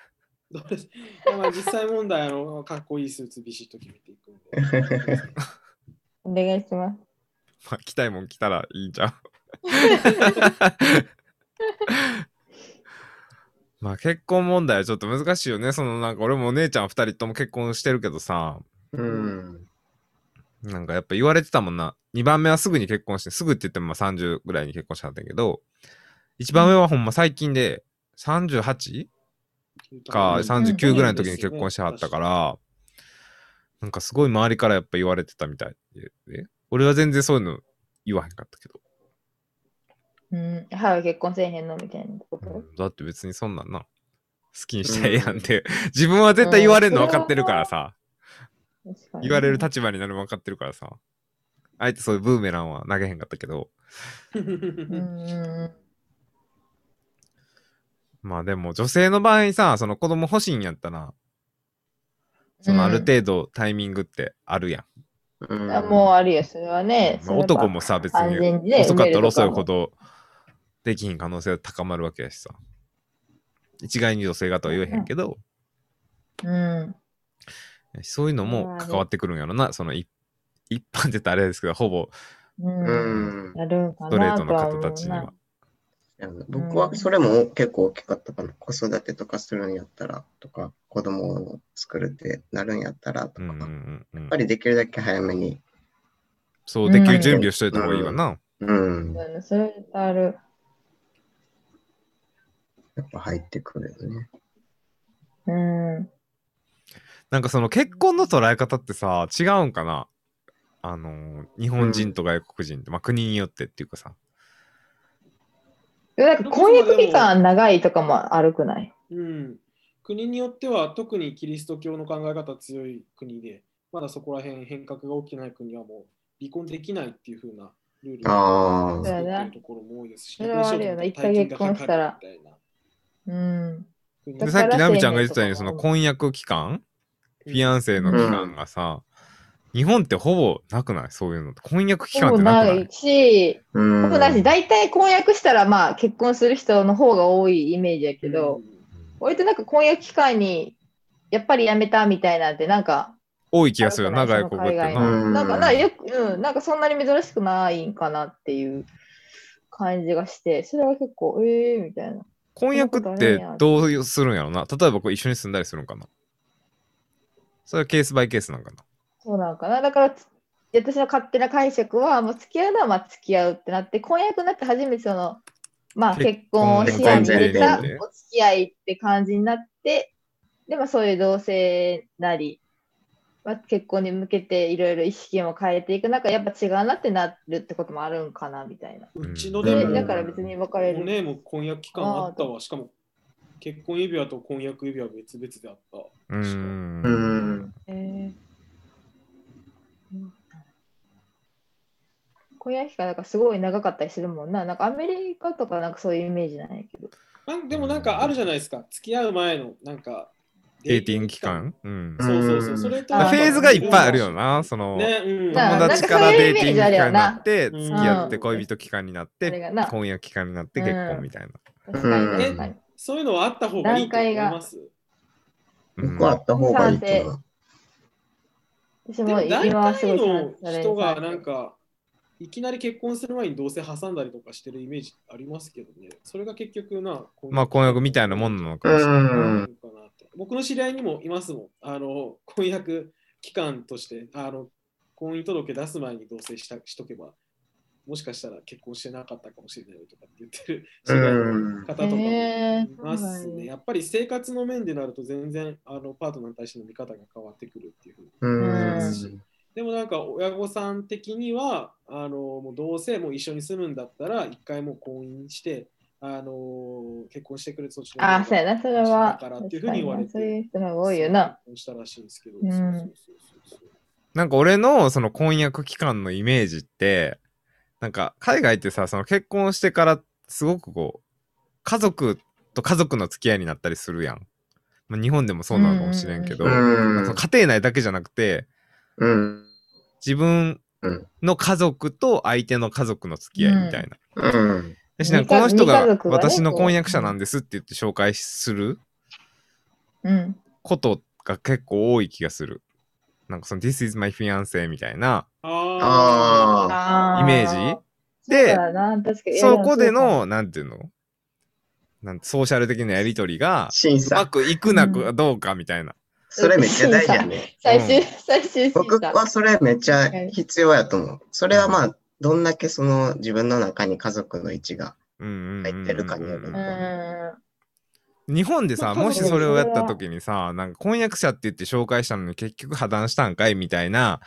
Speaker 1: <laughs>
Speaker 3: どうですまあ実際問題あのかっこいいスーツビシッと決めていくんで。
Speaker 2: お願いします。
Speaker 1: まあ、着たいもん着たらいいんじゃん。 <laughs> まあ結婚問題はちょっと難しいよね。そのなんか俺もお姉ちゃん2人とも結婚してるけどさ、
Speaker 4: うん。
Speaker 1: なんかやっぱ言われてたもんな。2番目はすぐに結婚して、すぐって言ってもまあ30ぐらいに結婚したんだけど、1番目はほんま最近で 38? か
Speaker 4: うん
Speaker 1: 39ぐらいの時に結婚しはったから、なんかすごい周りからやっぱ言われてたみたいで、え俺は全然そういうの言わへんかったけど。
Speaker 2: うん。母は結婚せえへんのみたいなこと。
Speaker 1: だって別にそんなんな好きにしたらええやんって、 <laughs> 自分は絶対言われるの分かってるからさ、
Speaker 2: 確かに
Speaker 1: 言われる立場になるの分かってるからさあえてそういうブーメランは投げへんかったけど
Speaker 2: うんう
Speaker 1: まあでも女性の場合さその子供欲しいんやったら
Speaker 2: ん。
Speaker 1: そのある程度タイミングってあるやん、
Speaker 4: うん
Speaker 2: あもうあるよ、それはね。
Speaker 1: まあ男もさ別に遅かったら遅いほ
Speaker 2: ど。
Speaker 1: どできひん可能性は高まるわけやしさ一概に女性がとは言えへんけど、
Speaker 2: うん。
Speaker 1: そういうのも関わってくるんやろなその一一般って言ったらあれですけどほぼ
Speaker 4: う
Speaker 2: うん。
Speaker 4: ん。
Speaker 2: やるんか
Speaker 1: ストレー
Speaker 2: な
Speaker 1: ト
Speaker 2: と
Speaker 1: の
Speaker 2: は
Speaker 1: 方
Speaker 2: 思う
Speaker 1: たちには
Speaker 2: な。。
Speaker 4: 僕はそれも結構大きかったかな。子育てとかするんやったらとか、子供を作るってなるんやったらと
Speaker 1: うんう
Speaker 4: か、
Speaker 1: ん
Speaker 4: やっ
Speaker 1: うんうん
Speaker 4: ぱりできるだけ早めに。
Speaker 1: そうできる準備をしといた方がいいわな。
Speaker 4: うん。
Speaker 2: うんそれはある。
Speaker 4: やっぱ入ってくるよね。
Speaker 2: うん。
Speaker 1: なんかその結婚の捉え方ってさ違うんかなあのー日本人と外国人って、まあ国によってっていうかさ
Speaker 2: でもなんか婚約期間長いとかも悪くない
Speaker 3: うん、国によっては特にキリスト教の考え方強い国で、まだそこら辺変革が起きてない国はもう離婚できないっていう風なルール
Speaker 4: あー
Speaker 3: 作ってるところも多いですし、
Speaker 2: そうだねそれはあるよね一回結婚したらうん。
Speaker 3: みた
Speaker 1: で
Speaker 2: だ
Speaker 3: いな。
Speaker 1: さ
Speaker 2: か
Speaker 1: っ
Speaker 2: ら
Speaker 1: きナミちゃんが言ってたようにそ
Speaker 2: 生命
Speaker 1: の
Speaker 2: とかも
Speaker 1: 婚約期間フィアンセの期間がさ、日本ってほぼなくないそういうのって婚約期間
Speaker 2: ほ
Speaker 1: っ
Speaker 2: ぼ
Speaker 1: てなくな
Speaker 2: ないいし、
Speaker 4: うん。
Speaker 2: ほぼないし、大体婚約したら、まあ、結婚する人の方が多いイメージやけど、割となんか婚約期間に、やっぱりやめたみたいなんて、なんか、
Speaker 1: 多い気がするよな
Speaker 2: あるか
Speaker 1: 外
Speaker 2: ら
Speaker 1: 国って
Speaker 2: その
Speaker 1: な
Speaker 2: 海外
Speaker 4: うん
Speaker 2: なんかなよく、うん、なんかそんなに珍しくないんかなっていう感じがして、それは結構、えーみたいな。
Speaker 1: 婚約ってどうするんやろな例えばこう一緒に住んだりするんかなそれはケースバイケースなんかな
Speaker 2: そうなんかな。だから、つ私の勝手な解釈は、もう付き合うのはまあ付き合うってなって、婚約になって初めてその、まあ
Speaker 1: 結
Speaker 2: 結婚を視野に
Speaker 1: 結婚前提
Speaker 2: 入れたお付
Speaker 1: で
Speaker 2: き合いって感じになって、でもそういう同性なり、まあ、結婚に向けていろいろ意識も変えていく中、やっぱ違うなってなるってこともあるんかなみたいな。
Speaker 3: うちの
Speaker 1: ん
Speaker 3: で
Speaker 2: で
Speaker 3: も、
Speaker 2: だから別に別れ
Speaker 3: もう
Speaker 2: る。
Speaker 3: ね、もう婚約期間あったわ。しかも、結婚指輪と婚約指輪は別々であった。
Speaker 1: うーん
Speaker 4: うん。
Speaker 2: 婚約期間なんかすごい長かったりするもんな。なんかアメリカとかなんかそういうイメージなんやけど。
Speaker 3: なんでもなんかあるじゃないですか。付き合う前のなんか
Speaker 1: デーティング期間うん
Speaker 4: う
Speaker 1: フ
Speaker 4: ん
Speaker 3: そうそうそう。それと
Speaker 2: あ
Speaker 1: ェーズがいっぱいあるよなその
Speaker 3: ね、うん。
Speaker 2: な
Speaker 1: 友達からデーティング期間になって
Speaker 3: うん
Speaker 1: 付き合って恋人期間になっ
Speaker 2: あ
Speaker 1: て
Speaker 2: れがな。
Speaker 1: 婚約期間になって結婚みたいな
Speaker 2: 確かに確かに。
Speaker 3: そういうのはあった方がいいと思います。
Speaker 1: うん
Speaker 4: 僕はあった方がいいと思う。
Speaker 2: 私
Speaker 3: でも
Speaker 2: も
Speaker 3: 大
Speaker 2: 今はすご
Speaker 3: 体
Speaker 2: い
Speaker 3: の人が
Speaker 2: 感謝さ
Speaker 3: な
Speaker 2: れ
Speaker 3: ん
Speaker 2: る
Speaker 3: か、いきなり結婚する前に同棲挟んだりとかしてるイメージありますけどね。それが結局な、
Speaker 1: まあ婚約みたいなもんなのかもしれない
Speaker 4: うん。
Speaker 3: かなって僕の知り合いにもいますもん。あの婚約期間としてあの婚姻届出す前に同棲したしとけば、もしかしたら結婚してなかったかもしれないとかって言ってる知り合いの方とかも
Speaker 2: へ
Speaker 3: い
Speaker 2: ー
Speaker 3: ますね。やっぱり生活の面でなると全然あのパートナーに対しての見方が変わってくるっていうふうに
Speaker 4: うん。
Speaker 3: でもなんか親御さん的にはあのもうどうせもう一緒に住むんだったら一回もう婚姻してあの結婚してくれそっちの方が
Speaker 2: ああ、そうやな、それは。
Speaker 3: だからっていうふうに言われて
Speaker 2: 確かになそういう人の方が多いよな。。
Speaker 3: 結婚したらしいんですけど。
Speaker 2: うん
Speaker 3: そうそうそうそう
Speaker 1: なんか俺のその婚約期間のイメージってなんか海外ってさその結婚してからすごくこう家族と家族の付き合いになったりするやん、まあ、日本でもそうなのかもしれんけど、
Speaker 4: うんうんうん
Speaker 1: その家庭内だけじゃなくて
Speaker 4: うん。
Speaker 1: 自分
Speaker 4: うん
Speaker 1: の家族と相手の家族の付き合いみたいな、
Speaker 4: うん。
Speaker 1: だしなんか
Speaker 2: 二
Speaker 1: この人
Speaker 2: 家二家
Speaker 1: が
Speaker 2: 族がね
Speaker 1: 私の
Speaker 2: こう
Speaker 1: 婚約者なんですって言って紹介する
Speaker 2: うん。
Speaker 1: ことが結構多い気がするなんかその「This is my fiance」みたいな
Speaker 3: あー
Speaker 2: あ
Speaker 1: イメージで
Speaker 2: そうだな確かに
Speaker 1: そこで、の、なんていうのなんてソーシャル的なやりとりが、
Speaker 4: 審
Speaker 1: うま
Speaker 4: 査。
Speaker 1: くいくなくどうかみたいな。
Speaker 4: それめっちゃ大事やね。
Speaker 2: いやいやそう
Speaker 1: う
Speaker 2: や
Speaker 1: ん
Speaker 2: 最終、最終審
Speaker 4: 僕
Speaker 2: 査。
Speaker 4: はそれめっちゃ必要やと思う。それはまあ、どんだけその自分の中に家族の位置が。
Speaker 1: うんうんうん
Speaker 4: 入ってるかによる
Speaker 2: うーん。
Speaker 1: 日本でさ、
Speaker 3: まあ
Speaker 1: もしそれをやった時にさ、なんか婚約者って言って紹介したのに結局破談したんかいみたいな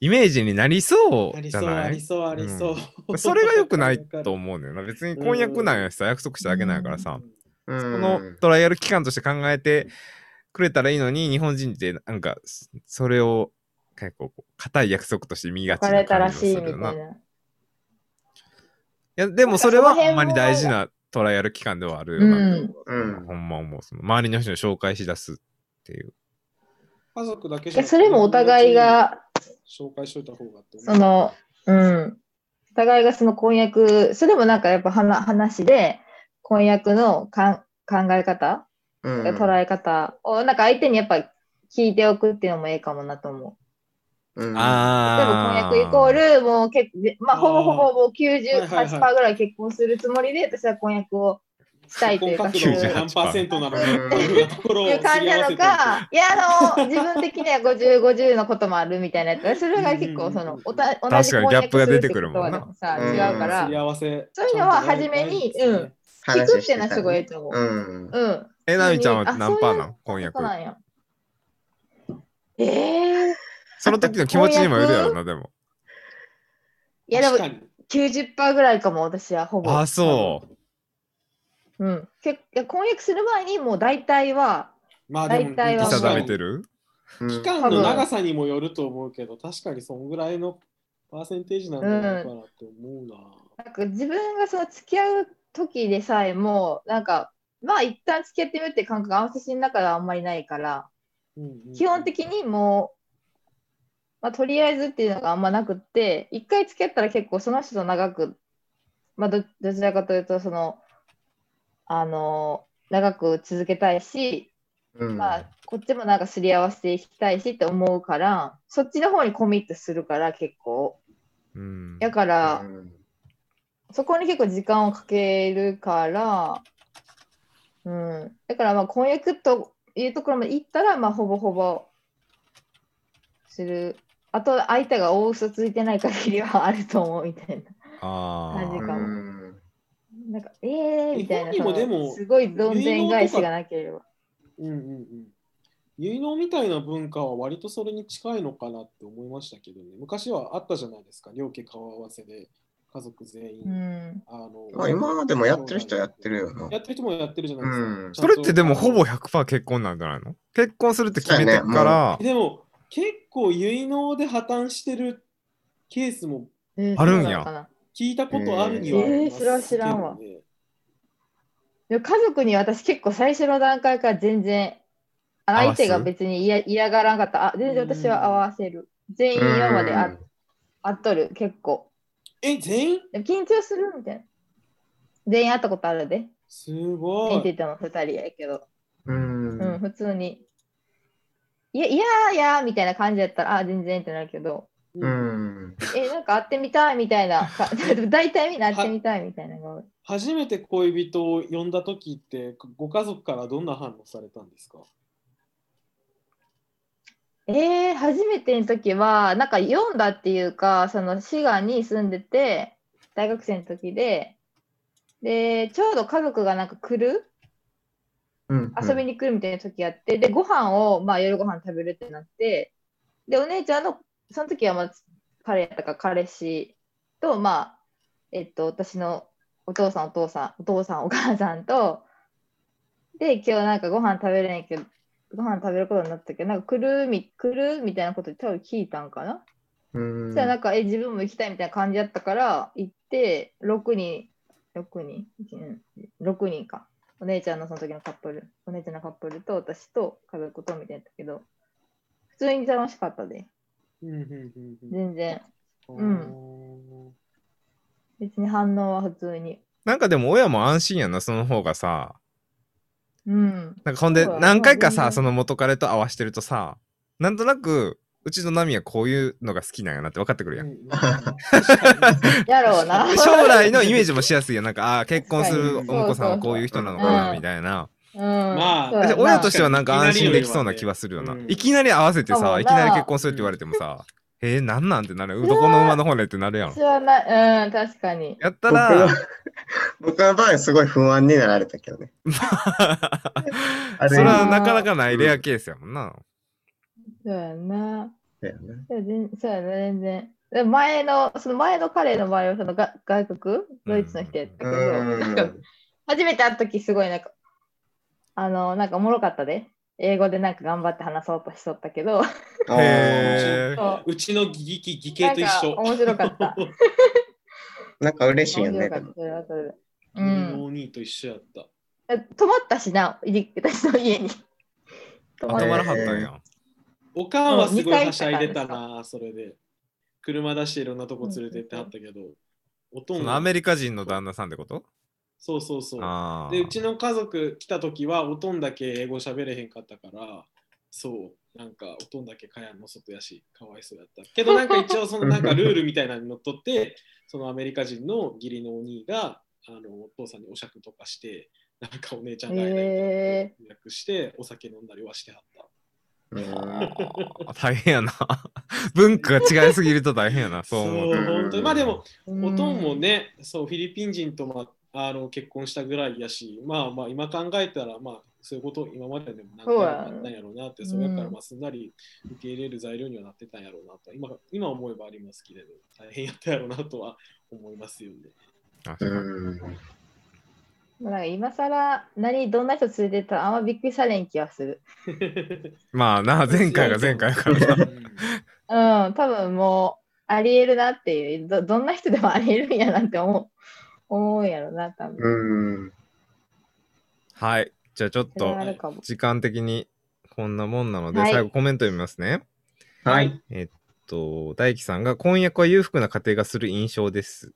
Speaker 1: イメージになりそ
Speaker 3: あ
Speaker 1: う
Speaker 3: り
Speaker 1: じ
Speaker 3: そ
Speaker 1: ゃ
Speaker 3: う、あ
Speaker 1: な
Speaker 3: り
Speaker 1: い
Speaker 3: そう、ありそう。 <laughs>
Speaker 1: それが良くないと思うのよな。別に婚約なんやしさ、約束しただけなんやからさ、
Speaker 4: う
Speaker 1: そ
Speaker 4: ん。
Speaker 1: のトライアル期間として考えてくれたらいいのに、日本人ってなんかそれを結構こう固い約束として見がち
Speaker 2: 別
Speaker 1: な
Speaker 2: れた
Speaker 1: 感
Speaker 2: ら
Speaker 1: じがす
Speaker 2: しい
Speaker 1: る
Speaker 2: みた
Speaker 1: よ
Speaker 2: い
Speaker 1: な。
Speaker 2: な。
Speaker 1: いやでもそれはあんまり大事なトライアル期間ではある
Speaker 2: う
Speaker 1: よな、
Speaker 2: ん。
Speaker 4: うん。
Speaker 1: ほんま思うその周りの人に紹介し出すっていう
Speaker 3: 家族だけ
Speaker 2: い
Speaker 3: じ
Speaker 2: や
Speaker 3: ゃなくて
Speaker 2: それもお互い。が、
Speaker 3: 紹介しといた方がって思
Speaker 2: そ
Speaker 3: う
Speaker 2: の、うん。お互いがその婚約、それもなんかやっぱはな話で、婚約のかん考え方、
Speaker 4: うん。
Speaker 2: 捉え方を、なんか相手にやっぱ聞いておくっていうのもええかもなと思
Speaker 4: うん。
Speaker 2: う。例えば婚
Speaker 1: あ
Speaker 2: 約イコール、もう結まあ、
Speaker 3: あー
Speaker 2: ほぼほぼもう
Speaker 3: はいはい
Speaker 2: 98%
Speaker 3: はい
Speaker 2: ぐらい結婚するつもりで、私は婚約をしたいというか、そう
Speaker 3: 結
Speaker 2: いう
Speaker 3: 婚確度何パーセントなのか
Speaker 4: うん
Speaker 3: っていうところを
Speaker 2: いう感じなのか、いや、あの、自分的には50、50のこともあるみたいなやつ、それが結構、その、おた同じ
Speaker 1: 確かにギャップが出てくるもんな
Speaker 2: 婚約するってことはさ、
Speaker 4: うん
Speaker 2: 違うから
Speaker 3: すり、合わせ
Speaker 2: そういうのは初めに、うん、聞くってのは
Speaker 4: ね
Speaker 2: すごいいいと思う。
Speaker 4: うん。
Speaker 2: うん。
Speaker 1: え、なみちゃんは
Speaker 2: あ
Speaker 1: 何パーな
Speaker 2: そうい
Speaker 1: の婚約
Speaker 2: そう。なんや。ええー。
Speaker 1: その時の気持ちにもよるやろな、でも。
Speaker 2: いやでも
Speaker 3: 確かに
Speaker 2: 90%ぐらいかも、私はほぼ。
Speaker 1: あ、そう。
Speaker 2: うん。結いや婚約する前にもう大体は、
Speaker 3: まあでも
Speaker 2: 大体は
Speaker 1: 見
Speaker 2: 確
Speaker 1: 定
Speaker 2: かに
Speaker 1: めてる
Speaker 4: うん
Speaker 3: 期間の長さにもよると思うけど、確かにそんぐらいのパーセンテージなんじゃないかなって思うな。
Speaker 2: なんか自分がその付き合う時でさえも、なんか、まあ一旦付き合ってみるって感覚が私の中ではあんまりないから、
Speaker 3: うんうん
Speaker 2: 基本的にもう、まあ、とりあえずっていうのがあんまなくって、一回付き合ったら結構その人と長く、まあど、どちらかというと、その、あの長く続けたいし、
Speaker 4: うん
Speaker 2: まあ、こっちもなんかすり合わせていきたいしって思うから、そっちの方にコミットするから結構。
Speaker 1: うん。
Speaker 2: だから、
Speaker 4: うん
Speaker 2: そこに結構時間をかけるから、うん。だからまあ婚約というところまで行ったら、まあほぼほぼする。あと相手が大嘘ついてない限りはあると思うみたいな。 <laughs>
Speaker 1: あ
Speaker 2: マジ
Speaker 1: あ
Speaker 2: か。
Speaker 4: うん
Speaker 2: なんか、えーみたいな。
Speaker 3: 日本にもでも
Speaker 2: そのすごいどんでん返しがなければ。
Speaker 3: うんうんうん。結納みたいな文化は割とそれに近いのかなって思いましたけどね。昔はあったじゃないですか。両家顔合わせで家族全員。
Speaker 2: うん。
Speaker 3: あの
Speaker 4: まあ今までもやってる人はやってるよな
Speaker 3: やってる人もやってるじゃないですか。
Speaker 4: うん
Speaker 3: ちゃ
Speaker 1: そ
Speaker 3: んと
Speaker 1: れってでもほぼ100%結婚なんじゃないの結婚するって決めてるから、
Speaker 3: でも結構結納で破綻してるケースも
Speaker 2: えー
Speaker 1: あるんや
Speaker 2: そうなのかな
Speaker 3: 聞いたことあるにはありますけどね
Speaker 2: えーそれは知らんわでも家族に私結構最初の段階から全然あ
Speaker 1: 合わ
Speaker 2: 相
Speaker 1: す
Speaker 2: 手が別に嫌嫌がらんかったあ全然私は合わせる全員今まであ会っとる結構
Speaker 3: え、全員
Speaker 2: でも緊張するみたいな全員会ったことあるです
Speaker 3: ご
Speaker 2: 全員って
Speaker 3: い。
Speaker 2: 言っても2人やけど、
Speaker 4: うん
Speaker 2: うん、普通にいやいやーいやーみたいな感じやったらあ全然ってなるけど
Speaker 4: う。ん
Speaker 2: えなんか会ってみたいみたいなか <laughs> 大体みんな会ってみたいみたいなのが多い
Speaker 3: 初めて恋人を呼んだ時ってご家族からどんな反応されたんですか
Speaker 2: えー、初めての時は、なんか読んだっていうか、その滋賀に住んでて、大学生の時で、で、ちょうど家族がなんか来る、
Speaker 4: うん
Speaker 2: 遊びに来るみたいな時あって、で、ご飯を、まあ夜ご飯食べるってなって、で、お姉ちゃんの、その時はまあ彼やったから彼氏と、まあ、えっと、私のお父さん、お父さん、お父さん、お母さんと、で、今日なんかご飯食べるんやけど、ご飯食べることになったけど、なんか来るみ、来るみたいなこと多分聞いたんかな。
Speaker 4: うん
Speaker 2: そしたらなんか、え、自分も行きたいみたいな感じだったから、行って、6人、6人 ?6 人か。お姉ちゃんのその時のカップル、お姉ちゃんのカップルと私と家族とみたいなやったけど、普通に楽しかったで、
Speaker 3: うんうん
Speaker 2: 全然。
Speaker 3: うんうん。
Speaker 2: 別に反応は普通に。
Speaker 1: なんかでも親も安心やな、その方がさ。
Speaker 2: うん。
Speaker 1: なんかほんで
Speaker 2: そうだね
Speaker 1: 何回かさ、
Speaker 2: 全然
Speaker 1: その元彼と合わしてるとさ、なんとなく、うちのナミはこういうのが好きなんやなって分かってくるやん。
Speaker 2: やろうな。
Speaker 1: で <laughs> 将来のイメージもしやすいやん。なんか、ああー、結婚するお
Speaker 2: 確かに
Speaker 1: 婿さんはこういう人なのかな、
Speaker 2: うん
Speaker 1: みたいな。
Speaker 2: <laughs> うん、
Speaker 3: まあ
Speaker 2: そうや
Speaker 1: で
Speaker 2: な
Speaker 1: 親としてはなんか安心できそうな気はするよな
Speaker 3: う。ん
Speaker 1: いきなり合わせて
Speaker 2: そう
Speaker 1: さ、
Speaker 2: だ
Speaker 1: いきなり結婚するって言われてもさ、えー、なんなんってなる。どこの馬の骨ってなるやん
Speaker 2: 私。はない、うん、確かに。
Speaker 1: やったら、
Speaker 4: 僕の場合すごい不安になられたけどね。あ
Speaker 1: そ
Speaker 4: れ
Speaker 1: れはなかなかないレアケースやもんな。
Speaker 2: そうやな。
Speaker 4: だよね
Speaker 2: そうや全そうやな、全然。で前の、その前の彼の場合は、そのが外国ドイツの人やったけ
Speaker 4: う
Speaker 2: ど、
Speaker 4: ん。
Speaker 2: 初めて会った時すごいなんか、あの、なんかおもろかったで。英語でなんか頑張って話そうとしとったけど、
Speaker 1: へー
Speaker 2: そう
Speaker 3: うちの義義義
Speaker 2: な
Speaker 3: 系
Speaker 2: ん
Speaker 3: と一
Speaker 2: か
Speaker 3: 緒。
Speaker 2: 面白かった。
Speaker 4: なんか <laughs> 嬉しいよ
Speaker 2: 面
Speaker 4: ね。
Speaker 2: 白かっ
Speaker 4: で
Speaker 2: た
Speaker 4: も、
Speaker 2: それはそれで。う
Speaker 3: 義
Speaker 2: ん。
Speaker 3: の兄と一緒やった。
Speaker 2: 泊まったしな、い私の家に。
Speaker 1: 頭
Speaker 2: 泊まっ
Speaker 4: あ
Speaker 1: 笑
Speaker 2: た
Speaker 4: 泊まら
Speaker 1: はったんや。
Speaker 3: おかんはすごいはしゃいでたな、それで。車出していろんなとこ連れてってはったけど、おと
Speaker 1: そ
Speaker 3: ん
Speaker 1: のア
Speaker 3: は
Speaker 1: メリカ人の旦那さんってこと
Speaker 3: そうそうそう。
Speaker 1: ああ。
Speaker 3: で、うちの家族来た時は、おとんだけ英語喋れへんかったから、そう、なんか、おとんだけ蚊帳の外やし、かわいそうやった。け <laughs> ど、なんか一応、そのなんかルールみたいなのにのっとって、そのアメリカ人の義理のお兄が、あのお父さんにお酌とかして、なんかお姉ちゃんが会えないから
Speaker 2: へ
Speaker 3: 予約して、お酒飲んだりはしてはった。
Speaker 4: うん
Speaker 1: 大変やな。 <laughs> 文化が違いすぎると大変やな。そう思うと。
Speaker 4: う
Speaker 3: 本当にまあでも、
Speaker 2: お
Speaker 3: おとんもね、そう、フィリピン人と、まあ、あの結婚したぐらいやし、まあまあ今考えたら、まあそういうこと今まででも何回もあったんやろうなって、
Speaker 2: そ
Speaker 3: そうう
Speaker 2: や
Speaker 3: や
Speaker 2: ね
Speaker 3: から
Speaker 2: うん
Speaker 3: まあすんなり受け入れる材料にはなってたんやろうなと、今今思えばありますけれど、大変やったやろうなとは思いますよね。
Speaker 1: あ
Speaker 4: う
Speaker 1: そうか
Speaker 4: ん。
Speaker 2: まあなんか今更何どんな人連れてったらあんまびっくりされん気がする。
Speaker 1: ま <laughs> あな、前回が前回だからさ。
Speaker 2: うん、多分もうありえるなっていうど、どんな人でもありえるんやなって思う思うんやろな、多分。
Speaker 4: うん。
Speaker 1: <laughs> はい。じゃあちょっ
Speaker 2: それ
Speaker 1: と
Speaker 2: はあるかも。
Speaker 1: 時間的にこんなもんなので、
Speaker 2: はい
Speaker 1: 最後コメント読みますね。
Speaker 4: はい。
Speaker 1: と大輝さんが婚約は裕福な家庭がする印象です。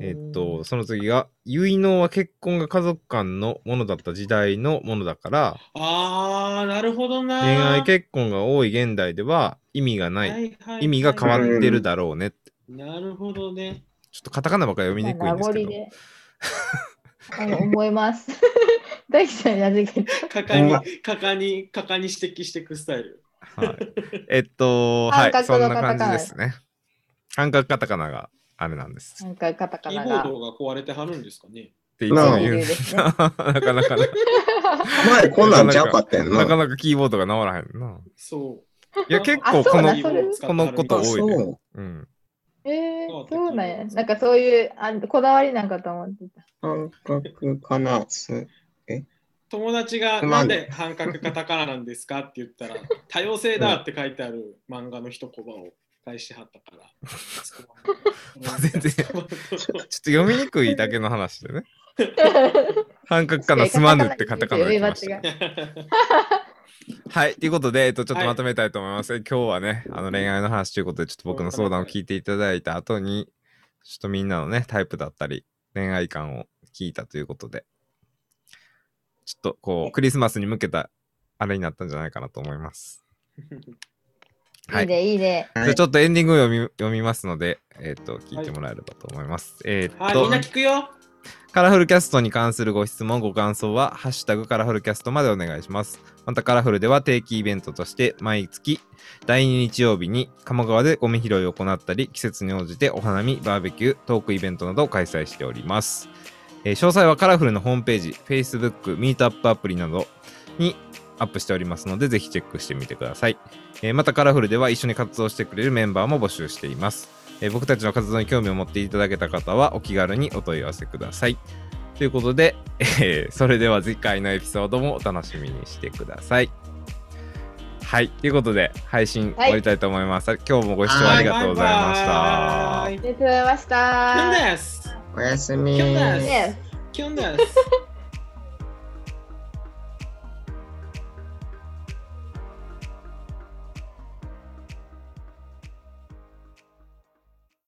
Speaker 1: えっと、その次が結納は結婚が家族間のものだった時代のものだから
Speaker 3: ああ、なるほどな。
Speaker 1: 恋愛結婚が多い現代では意味がない
Speaker 3: は
Speaker 1: 意味が変わ
Speaker 4: る
Speaker 1: ってるだろうねって
Speaker 3: なるほどね。
Speaker 1: ちょっとカタカナばっかり読みにくいんですけど、
Speaker 2: で。あの思います。 <laughs> 大輝さんになぜか言っ
Speaker 3: 果敢に、果敢に、果敢に指摘していくスタイル。
Speaker 1: はい、えっとは
Speaker 2: 半角
Speaker 1: いそ
Speaker 2: の
Speaker 1: んな
Speaker 2: カタカ
Speaker 1: 感
Speaker 2: ナ
Speaker 1: じですね半角カタカナがあれなんです
Speaker 2: た
Speaker 1: っ
Speaker 2: なんかカタカ
Speaker 3: キー
Speaker 2: ナ
Speaker 3: ボ
Speaker 2: が。
Speaker 3: ードが壊れてはるんですかね。
Speaker 1: ていつも言う
Speaker 2: なんあ
Speaker 1: です <laughs> ななかなかね
Speaker 4: 前こんなんちゃうかったよ
Speaker 1: なか
Speaker 4: な。
Speaker 1: なかキーボードが直らへんな
Speaker 3: そ
Speaker 1: い
Speaker 2: <laughs>
Speaker 1: や
Speaker 3: あ
Speaker 1: 結
Speaker 2: あ
Speaker 1: 構
Speaker 2: そ
Speaker 1: こ
Speaker 2: う
Speaker 1: の
Speaker 2: だそれ
Speaker 1: このこと
Speaker 4: あ
Speaker 1: 多い
Speaker 4: そ
Speaker 1: ね
Speaker 4: う。
Speaker 1: うん
Speaker 2: え
Speaker 3: そう
Speaker 2: ー、そうなんや。
Speaker 3: そう
Speaker 2: なんかそういうあこだわりなんかと思ってた。
Speaker 4: 感覚かな。す
Speaker 3: 友達がなんで半角カタカナなんですかって言った <laughs> ら、多様性だって書いてある漫画の一コマを返してはったから。 <laughs>
Speaker 1: 全然ちょっと読みにくいだけの話でね。半角かなすまぬってカタカナで言ってましたけど。はい。ということで、えっと、ちょっとまとめたいと思います。今日はね、あの恋愛の話ということで、ちょっと僕の相談を聞いていただいた後に、ちょっとみんなのね、タイプだったり、恋愛観を聞いたということで、ちょっとこう、クリスマスに向けたあれになったんじゃないかなと思います。はい
Speaker 2: いい。ね、いいね。
Speaker 1: じゃあちょっとエンディングを読み読みますので、えっと、聞いてもらえればと思います。えっ
Speaker 3: はい、
Speaker 1: と、
Speaker 3: みんな聞くよ。
Speaker 1: カラフルキャストに関するご質問、ご感想は、ハッシュタグカラフルキャストまでお願いします。またカラフルでは定期イベントとして、毎月第2日曜日に鴨川でゴミ拾いを行ったり、季節に応じてお花見、バーベキュー、トークイベントなどを開催しております。えー詳細はカラフルのホームページ、Facebook、ミートアップアプリなどにアップしておりますので、ぜひチェックしてみてください。えーまたカラフルでは一緒に活動してくれるメンバーも募集しています。えー僕たちの活動に興味を持っていただけた方はお気軽にお問い合わせください。ということで、えーそれでは次回のエピソードもお楽しみにしてください。はい、ということで配信終わりたいと思います。今日もご視聴ありがとうございました。
Speaker 3: バイバイ
Speaker 2: ありがとうございました。
Speaker 3: キュンです。
Speaker 4: おやすみ。
Speaker 3: キュンです
Speaker 2: ね
Speaker 3: キュンです。